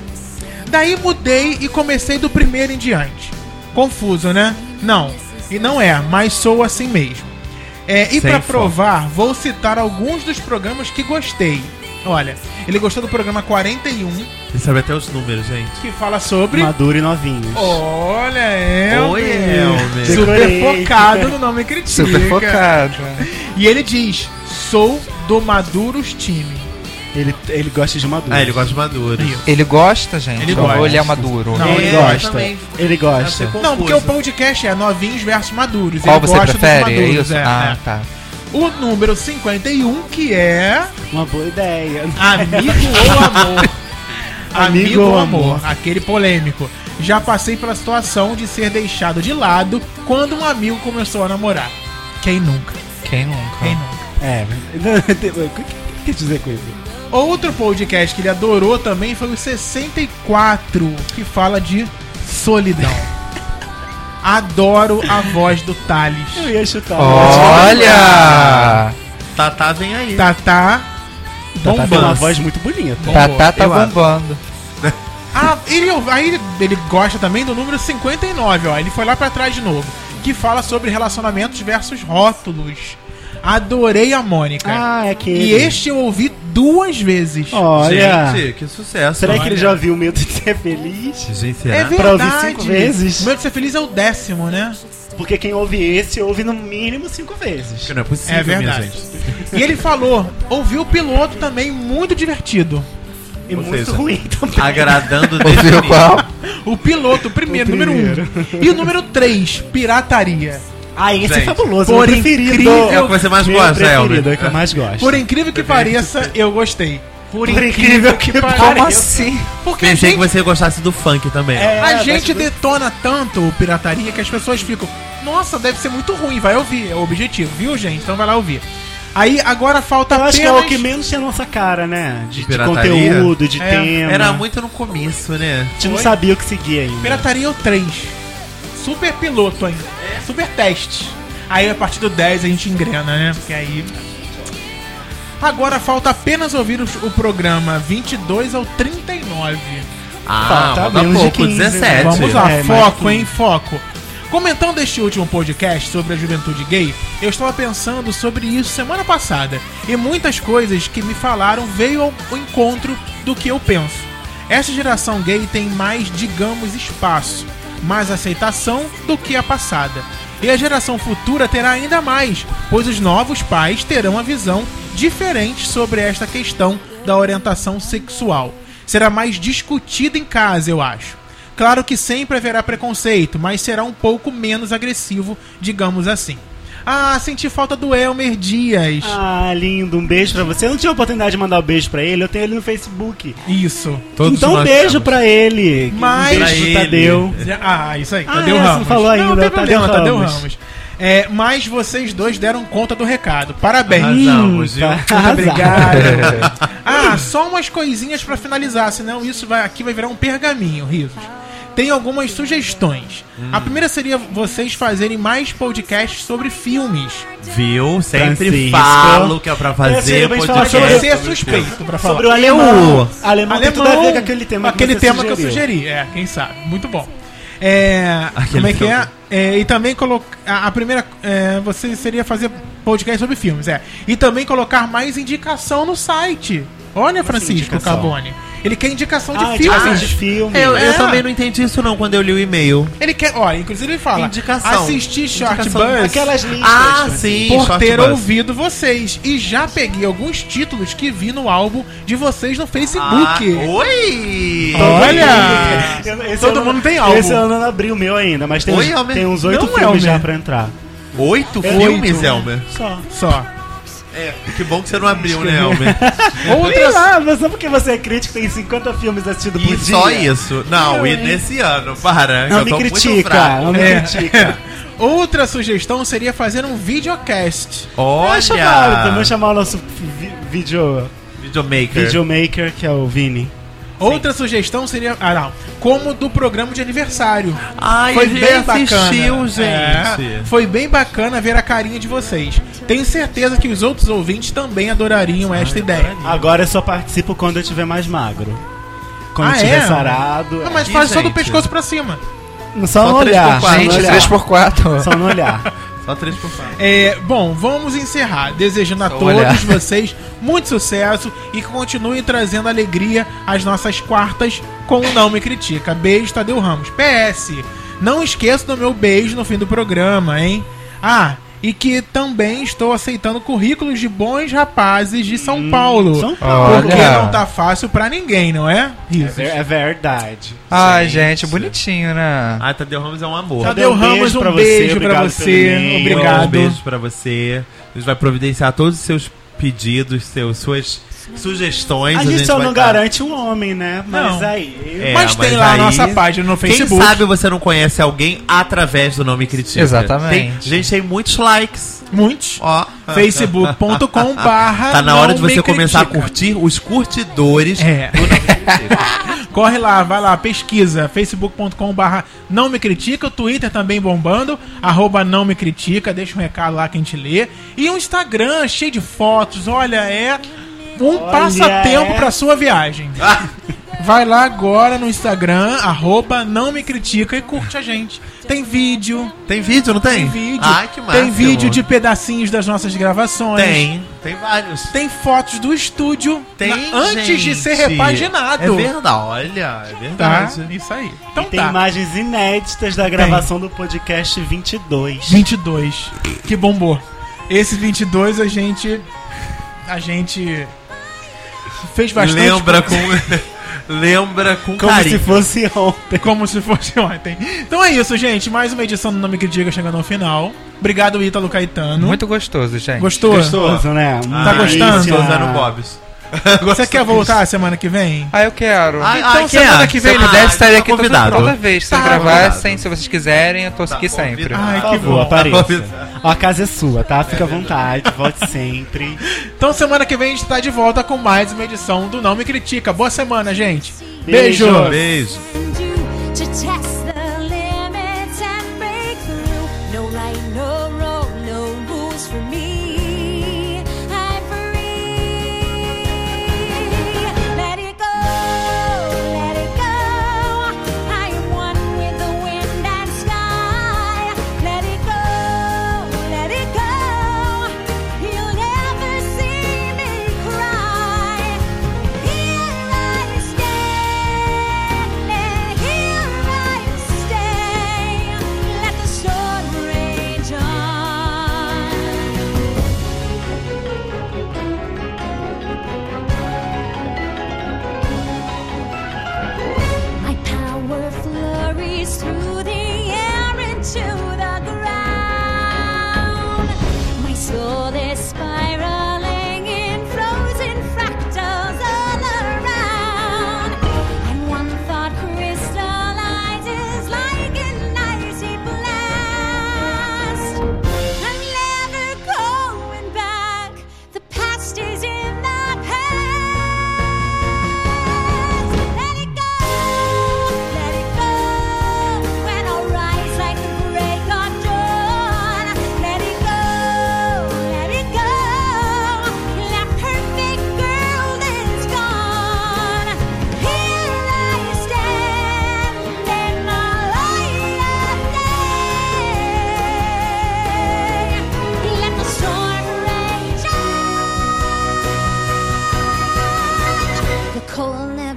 Speaker 1: Daí mudei e comecei do primeiro em diante. Confuso, né? Não, e não é, mas sou assim mesmo. É, e
Speaker 3: Sem
Speaker 1: pra
Speaker 3: foco.
Speaker 1: provar, vou citar alguns dos programas que gostei. Olha, ele gostou do programa 41,
Speaker 3: Ele sabe até os números, gente.
Speaker 1: que fala sobre.
Speaker 2: Maduro e novinhos.
Speaker 1: Olha, é.
Speaker 3: Oi, Elmer.
Speaker 1: Super
Speaker 2: Decorei.
Speaker 1: focado no nome critica.
Speaker 4: Super focado.
Speaker 1: E ele diz: sou do Maduros time.
Speaker 2: Ele, ele gosta de Maduro.
Speaker 3: Ah, ele gosta de maduros.
Speaker 1: Isso.
Speaker 4: Ele gosta, gente?
Speaker 1: Ele
Speaker 4: Ou
Speaker 1: gosta.
Speaker 4: ele é maduro?
Speaker 1: Não,
Speaker 2: ele
Speaker 1: É,
Speaker 2: gosta.
Speaker 3: também.
Speaker 2: Ele
Speaker 3: Deve ser
Speaker 2: gosta.
Speaker 3: confuso.
Speaker 1: Não, porque o podcast é novinhos versus maduros.
Speaker 4: Qual
Speaker 1: ele
Speaker 4: você
Speaker 1: gosta dos
Speaker 4: prefere? É
Speaker 1: maduros,
Speaker 4: isso?
Speaker 1: é,
Speaker 4: ah,
Speaker 1: é.
Speaker 4: tá.
Speaker 1: O número 51, que é.
Speaker 2: Uma boa ideia.
Speaker 1: Amigo ou amor? Amigo ou amor?
Speaker 2: amor.
Speaker 1: Aquele polêmico. Já passei pela situação de ser deixado de lado quando um amigo começou a namorar. Quem nunca?
Speaker 4: Quem nunca?
Speaker 1: Quem nunca?
Speaker 2: É. O que, o que que quer dizer com isso?
Speaker 1: Outro podcast que ele adorou também foi o 64, que fala de solidão. Adoro a voz do
Speaker 2: Eu
Speaker 1: Thales.
Speaker 2: ia chutar. Tá,
Speaker 4: Olha!
Speaker 3: Tatá vem aí.
Speaker 1: Tatá
Speaker 2: Tá com uma
Speaker 1: bombando.
Speaker 2: voz muito bonita.
Speaker 1: Bombou,
Speaker 4: Tatá tá
Speaker 3: eu acho.
Speaker 4: bombando.
Speaker 1: Ah, ele, aí ele- ele gosta também do número 59, ó. Ele foi lá pra trás de novo. Que fala sobre relacionamentos versus rótulos. Adorei a Mônica.
Speaker 2: Ah, é aquele.
Speaker 1: e este eu ouvi duas vezes.
Speaker 2: Olha.
Speaker 3: Gente, que sucesso.
Speaker 2: será que ele
Speaker 1: olha.
Speaker 2: já viu o medo de ser feliz?
Speaker 3: Gente, será?
Speaker 1: É
Speaker 2: Pra ouvir
Speaker 1: verdade.
Speaker 2: cinco vezes?
Speaker 1: O meu de ser feliz é o décimo, né?
Speaker 2: Porque quem ouve esse, ouve no mínimo cinco vezes.
Speaker 3: Não é possível,
Speaker 1: É verdade.
Speaker 3: minha gente.
Speaker 1: E ele falou, ouviu o piloto também, muito divertido.
Speaker 2: E
Speaker 3: Ou
Speaker 2: muito
Speaker 3: seja,
Speaker 2: ruim também.
Speaker 3: Agradando
Speaker 4: Ouviu
Speaker 3: nível.
Speaker 4: qual?
Speaker 1: O piloto, o primeiro,
Speaker 2: O
Speaker 1: número
Speaker 2: primeiro.
Speaker 1: um. E o número três, pirataria.
Speaker 2: Ah, esse
Speaker 3: Gente,
Speaker 2: é fabuloso.
Speaker 1: por
Speaker 2: meu preferido.
Speaker 1: incrível-
Speaker 3: É o que você mais
Speaker 2: Meu
Speaker 3: gosta,
Speaker 2: preferido,
Speaker 3: Elmer.
Speaker 2: É o que eu mais gosto.
Speaker 1: Por incrível que pareça, eu gostei. Por,
Speaker 2: incrível que
Speaker 4: Como
Speaker 2: Cara, eu-
Speaker 4: assim?
Speaker 1: Porque a
Speaker 3: Pensei que
Speaker 1: gente,
Speaker 3: você gostasse do funk também.
Speaker 2: É,
Speaker 1: a
Speaker 2: mas
Speaker 1: gente
Speaker 2: tudo-
Speaker 1: detona tanto o pirataria que as pessoas ficam, nossa, deve ser muito ruim, vai ouvir, é o objetivo, viu, gente? Então vai lá ouvir. Aí agora falta
Speaker 2: Eu acho que é o
Speaker 1: apenas-
Speaker 2: que menos tinha a nossa cara, né? De, de
Speaker 3: Pirataria?
Speaker 2: conteúdo, de
Speaker 1: É,
Speaker 2: tema.
Speaker 3: Era muito no começo, né?
Speaker 2: A gente não
Speaker 1: Foi.
Speaker 2: sabia o que seguia ainda.
Speaker 1: Pirataria é o 3. Super piloto ainda. Super teste. Aí a partir do 10 a gente engrena, né? Porque aí. Agora falta apenas ouvir o, o programa 22 ao 39.
Speaker 3: Ah,
Speaker 2: tá
Speaker 3: manda
Speaker 2: menos de
Speaker 3: pouco,
Speaker 2: 15, né?
Speaker 3: 17.
Speaker 1: Vamos lá,
Speaker 2: É, mais
Speaker 1: foco,
Speaker 2: que-
Speaker 1: hein? Foco. Comentando este último podcast sobre a juventude gay, eu estava pensando sobre isso semana passada. E muitas coisas que me falaram veio ao ao encontro do que eu penso. Essa geração gay tem mais, digamos, espaço, mais aceitação do que a passada. E a geração futura terá ainda mais, pois os novos pais terão a visão diferente sobre esta questão da orientação sexual. Será mais discutida em casa, eu acho. Claro que sempre haverá preconceito, mas será um pouco menos agressivo, digamos assim. Ah, senti falta do Elmer Dias.
Speaker 2: Ah, lindo. Um beijo pra você. Eu não tive a oportunidade de mandar um beijo pra ele. Eu tenho ele no Facebook.
Speaker 1: Isso.
Speaker 3: Todos
Speaker 2: então, um
Speaker 3: nós
Speaker 2: beijo
Speaker 3: temos.
Speaker 2: pra ele.
Speaker 1: Mas-
Speaker 2: Um
Speaker 3: Pra
Speaker 2: beijo
Speaker 3: ele.
Speaker 2: pro Tadeu.
Speaker 1: Ah, isso aí.
Speaker 2: Ah,
Speaker 1: Tadeu
Speaker 2: é, você não
Speaker 1: Ramos.
Speaker 2: falou
Speaker 1: não,
Speaker 2: ainda,
Speaker 1: tem problema,
Speaker 2: Tadeu
Speaker 1: Tadeu
Speaker 2: Ramos.
Speaker 1: Ramos. É, mas vocês dois deram conta do recado. Parabéns.
Speaker 3: Arrasamos, viu?
Speaker 2: tá.
Speaker 1: Muito
Speaker 2: Arrasaram.
Speaker 1: obrigado. ah, só umas coisinhas pra finalizar, senão isso vai, aqui vai virar um pergaminho, risos. tem algumas sugestões. A primeira seria vocês fazerem mais podcasts sobre filmes.
Speaker 3: Viu? Sempre
Speaker 2: Francisco.
Speaker 3: falo que é pra
Speaker 2: Esse aí
Speaker 3: fazer
Speaker 2: eu vou te falar
Speaker 1: Mas
Speaker 2: sobre
Speaker 1: você
Speaker 3: podcast.
Speaker 1: é suspeito pra falar.
Speaker 2: Sobre o alemão. Alemão, tem
Speaker 1: Alemão,
Speaker 2: tudo a ver com aquele tema
Speaker 1: com aquele
Speaker 2: você
Speaker 1: tema que eu
Speaker 2: sugeriu.
Speaker 1: sugeri. É, quem sabe. Muito bom. É,
Speaker 3: Aquele
Speaker 1: como é que é?
Speaker 3: tema.
Speaker 1: É, E também colocar. A a primeira. é, você seria fazer podcast sobre filmes, é. E também colocar mais indicação no site. Olha, Francisco
Speaker 2: assim indicação?
Speaker 1: Carbone. Ele quer indicação de
Speaker 2: Ah, de
Speaker 1: filmes.
Speaker 2: filme. de filme.
Speaker 3: Eu, eu
Speaker 1: É.
Speaker 3: também não entendi isso não quando eu li o e-mail.
Speaker 1: Ele quer. Olha, inclusive ele fala.
Speaker 3: Indicação.
Speaker 1: Assistir Short
Speaker 3: Indicação.
Speaker 1: Bus.
Speaker 2: Aquelas listas.
Speaker 3: Ah,
Speaker 2: né?
Speaker 3: sim.
Speaker 1: por
Speaker 3: Short
Speaker 1: ter
Speaker 3: Bus.
Speaker 1: ouvido vocês. E já peguei alguns títulos que vi no álbum de vocês no
Speaker 3: Ah,
Speaker 1: Facebook.
Speaker 3: oi!
Speaker 1: Olha!
Speaker 2: É. Eu- esse
Speaker 1: Todo
Speaker 2: eu
Speaker 1: mundo tem álbum.
Speaker 2: Esse eu não abri o meu ainda, mas tem,
Speaker 3: Oi,
Speaker 2: uns-
Speaker 3: Elmer.
Speaker 2: tem uns oito
Speaker 1: Não, é
Speaker 2: filmes
Speaker 1: Elmer.
Speaker 2: já pra entrar.
Speaker 3: Oito
Speaker 2: É,
Speaker 3: filmes,
Speaker 2: oito.
Speaker 3: Elmer?
Speaker 2: Só.
Speaker 1: Só.
Speaker 3: É, que bom que você não abriu, né, Elmer?
Speaker 2: Sei lá, mas só porque você é crítico, tem 50 filmes assistidos por
Speaker 3: E
Speaker 2: dia.
Speaker 3: só isso. Não, e nesse ano, para. que
Speaker 2: Não
Speaker 3: eu
Speaker 2: me
Speaker 3: tô muito
Speaker 2: critica,
Speaker 3: fraco.
Speaker 2: não me
Speaker 1: É.
Speaker 2: critica.
Speaker 1: Outra sugestão seria fazer um videocast.
Speaker 2: Eu acho válido também
Speaker 3: Olha!
Speaker 2: chamar o nosso vi- vídeo
Speaker 3: Videomaker.
Speaker 2: videomaker, que é o Vini.
Speaker 1: Outra sugestão seria. Ah, não. Como do programa de aniversário.
Speaker 3: Ai,
Speaker 1: Foi
Speaker 3: Ah, ele
Speaker 1: bem
Speaker 3: assistiu,
Speaker 1: bacana.
Speaker 3: gente.
Speaker 1: É, foi bem bacana ver a carinha de vocês. Tenho certeza que os outros ouvintes também adorariam esta ideia.
Speaker 2: Agora eu só participo quando eu estiver mais magro. Quando
Speaker 1: Ah,
Speaker 2: eu estiver
Speaker 1: é?
Speaker 2: sarado.
Speaker 1: Ah, mas
Speaker 3: Ih,
Speaker 1: faz só do
Speaker 3: gente.
Speaker 1: pescoço pra cima.
Speaker 2: Não, Só
Speaker 3: Só
Speaker 2: no
Speaker 3: três
Speaker 2: olhar.
Speaker 3: por quatro.
Speaker 2: só no olhar. Só
Speaker 4: Gente, 3x4.
Speaker 2: no olhar.
Speaker 3: Só três por favor.
Speaker 1: É, bom, vamos encerrar. Desejando a
Speaker 4: Só
Speaker 1: todos
Speaker 4: olhar.
Speaker 1: vocês muito sucesso e que continuem trazendo alegria às nossas quartas com o Não Me Critica. Beijo, Tadeu Ramos. PS, não esqueça do meu beijo no fim do programa, hein? Ah, e que também estou aceitando currículos de bons rapazes de São Paulo.
Speaker 2: Hum, São
Speaker 4: Paulo.
Speaker 1: Porque
Speaker 4: Olha.
Speaker 1: não tá fácil pra ninguém, não é? Risos.
Speaker 2: um- É, é verdade.
Speaker 4: Ai, gente, bonitinho, né?
Speaker 3: Ah, Tadeu Ramos é um amor.
Speaker 1: Tadeu
Speaker 2: um
Speaker 1: Ramos,
Speaker 2: beijo
Speaker 1: um
Speaker 2: pra você,
Speaker 1: beijo pra
Speaker 2: obrigado
Speaker 1: você.
Speaker 2: pelo e-mail.
Speaker 1: Obrigado.
Speaker 3: Um beijo pra você. A gente vai providenciar todos os seus pedidos, seus, suas sugestões.
Speaker 2: A gente só
Speaker 3: vai tá-
Speaker 2: não
Speaker 3: dar.
Speaker 2: garante um homem, né? Mas
Speaker 1: Não.
Speaker 2: aí.
Speaker 3: É,
Speaker 1: mas, tem lá a
Speaker 3: aí-
Speaker 1: nossa página no
Speaker 3: Quem
Speaker 1: Facebook.
Speaker 3: sabe você não conhece alguém através do nome Critica.
Speaker 4: Exatamente.
Speaker 3: Tem, gente, tem muitos likes.
Speaker 1: Muitos.
Speaker 3: Ó.
Speaker 1: facebook.com barra
Speaker 3: Tá na hora de
Speaker 1: não me
Speaker 3: você começar
Speaker 1: critica.
Speaker 3: a curtir os curtidores.
Speaker 1: É. Corre lá, vai lá, pesquisa facebook.com barra não me critica, o Twitter também bombando, arroba não me critica, deixa um recado lá que a gente lê. E o Instagram cheio de fotos, olha, é um
Speaker 2: Olha,
Speaker 1: passatempo
Speaker 2: é.
Speaker 1: pra sua viagem. Vai lá agora no Instagram, arroba não me critica e curte a gente. Tem vídeo,
Speaker 3: Tem vídeo, não
Speaker 1: tem
Speaker 3: tem?
Speaker 1: vídeo,
Speaker 3: Ai, que massa.
Speaker 1: tem vídeo de pedacinhos das nossas gravações.
Speaker 3: Tem. Tem vários.
Speaker 1: Tem fotos do estúdio na- antes de ser
Speaker 3: gente.
Speaker 1: repaginado.
Speaker 3: É verdade, olha, é
Speaker 1: Tá?
Speaker 3: verdade.
Speaker 1: Isso aí. Então
Speaker 2: Tem
Speaker 1: tá.
Speaker 2: imagens inéditas da gravação do podcast 22.
Speaker 1: 22. Que bombou. Esse 22 a gente. A gente. Fez bastante.
Speaker 3: Lembra
Speaker 1: coisa,
Speaker 3: com. Lembra com
Speaker 2: Como
Speaker 3: carinho.
Speaker 2: se fosse um ontem.
Speaker 1: Como se fosse ontem. Então é isso, gente. Mais uma edição do Nome que Diga chegando ao final. Obrigado, Ítalo Caetano.
Speaker 4: Muito gostoso, gente.
Speaker 1: Gostou?
Speaker 3: Gostou?
Speaker 2: Gostoso, né?
Speaker 1: Tá
Speaker 3: Ai,
Speaker 1: gostando?
Speaker 3: Ah, Tô usando
Speaker 2: Bob.
Speaker 3: Bob's.
Speaker 1: Você quer voltar semana que vem?
Speaker 4: Ah, eu quero.
Speaker 3: Ai,
Speaker 1: Então,
Speaker 3: ai,
Speaker 1: semana
Speaker 3: quem é?
Speaker 1: que vem
Speaker 4: Se
Speaker 1: ele
Speaker 4: eu
Speaker 3: Semana-
Speaker 4: pudesse, estaria aqui toda-
Speaker 3: convidado.
Speaker 4: toda vez. Se
Speaker 1: Tá
Speaker 4: gravar,
Speaker 3: convidado.
Speaker 4: sem, se vocês quiserem, eu tô aqui
Speaker 3: Tá
Speaker 4: sempre.
Speaker 3: convidado.
Speaker 1: Ai,
Speaker 2: Por
Speaker 1: que
Speaker 2: favor,
Speaker 1: bom.
Speaker 2: apareça. Ó, A casa é sua, tá? Fica à vontade, volte sempre.
Speaker 1: Então semana que vem a gente tá de volta com mais uma edição do Não Me Critica. Boa semana, gente.
Speaker 2: Beijo.
Speaker 1: Beijo.
Speaker 3: Beijo.
Speaker 5: challenge you to test the limits and break through. No right, no wrong, no rules for me. I'm free. Let it go, let it go. I am one with the wind and sky. Let it go, let it go. You'll never see me cry. Here I stand. Here I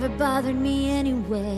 Speaker 5: anyway.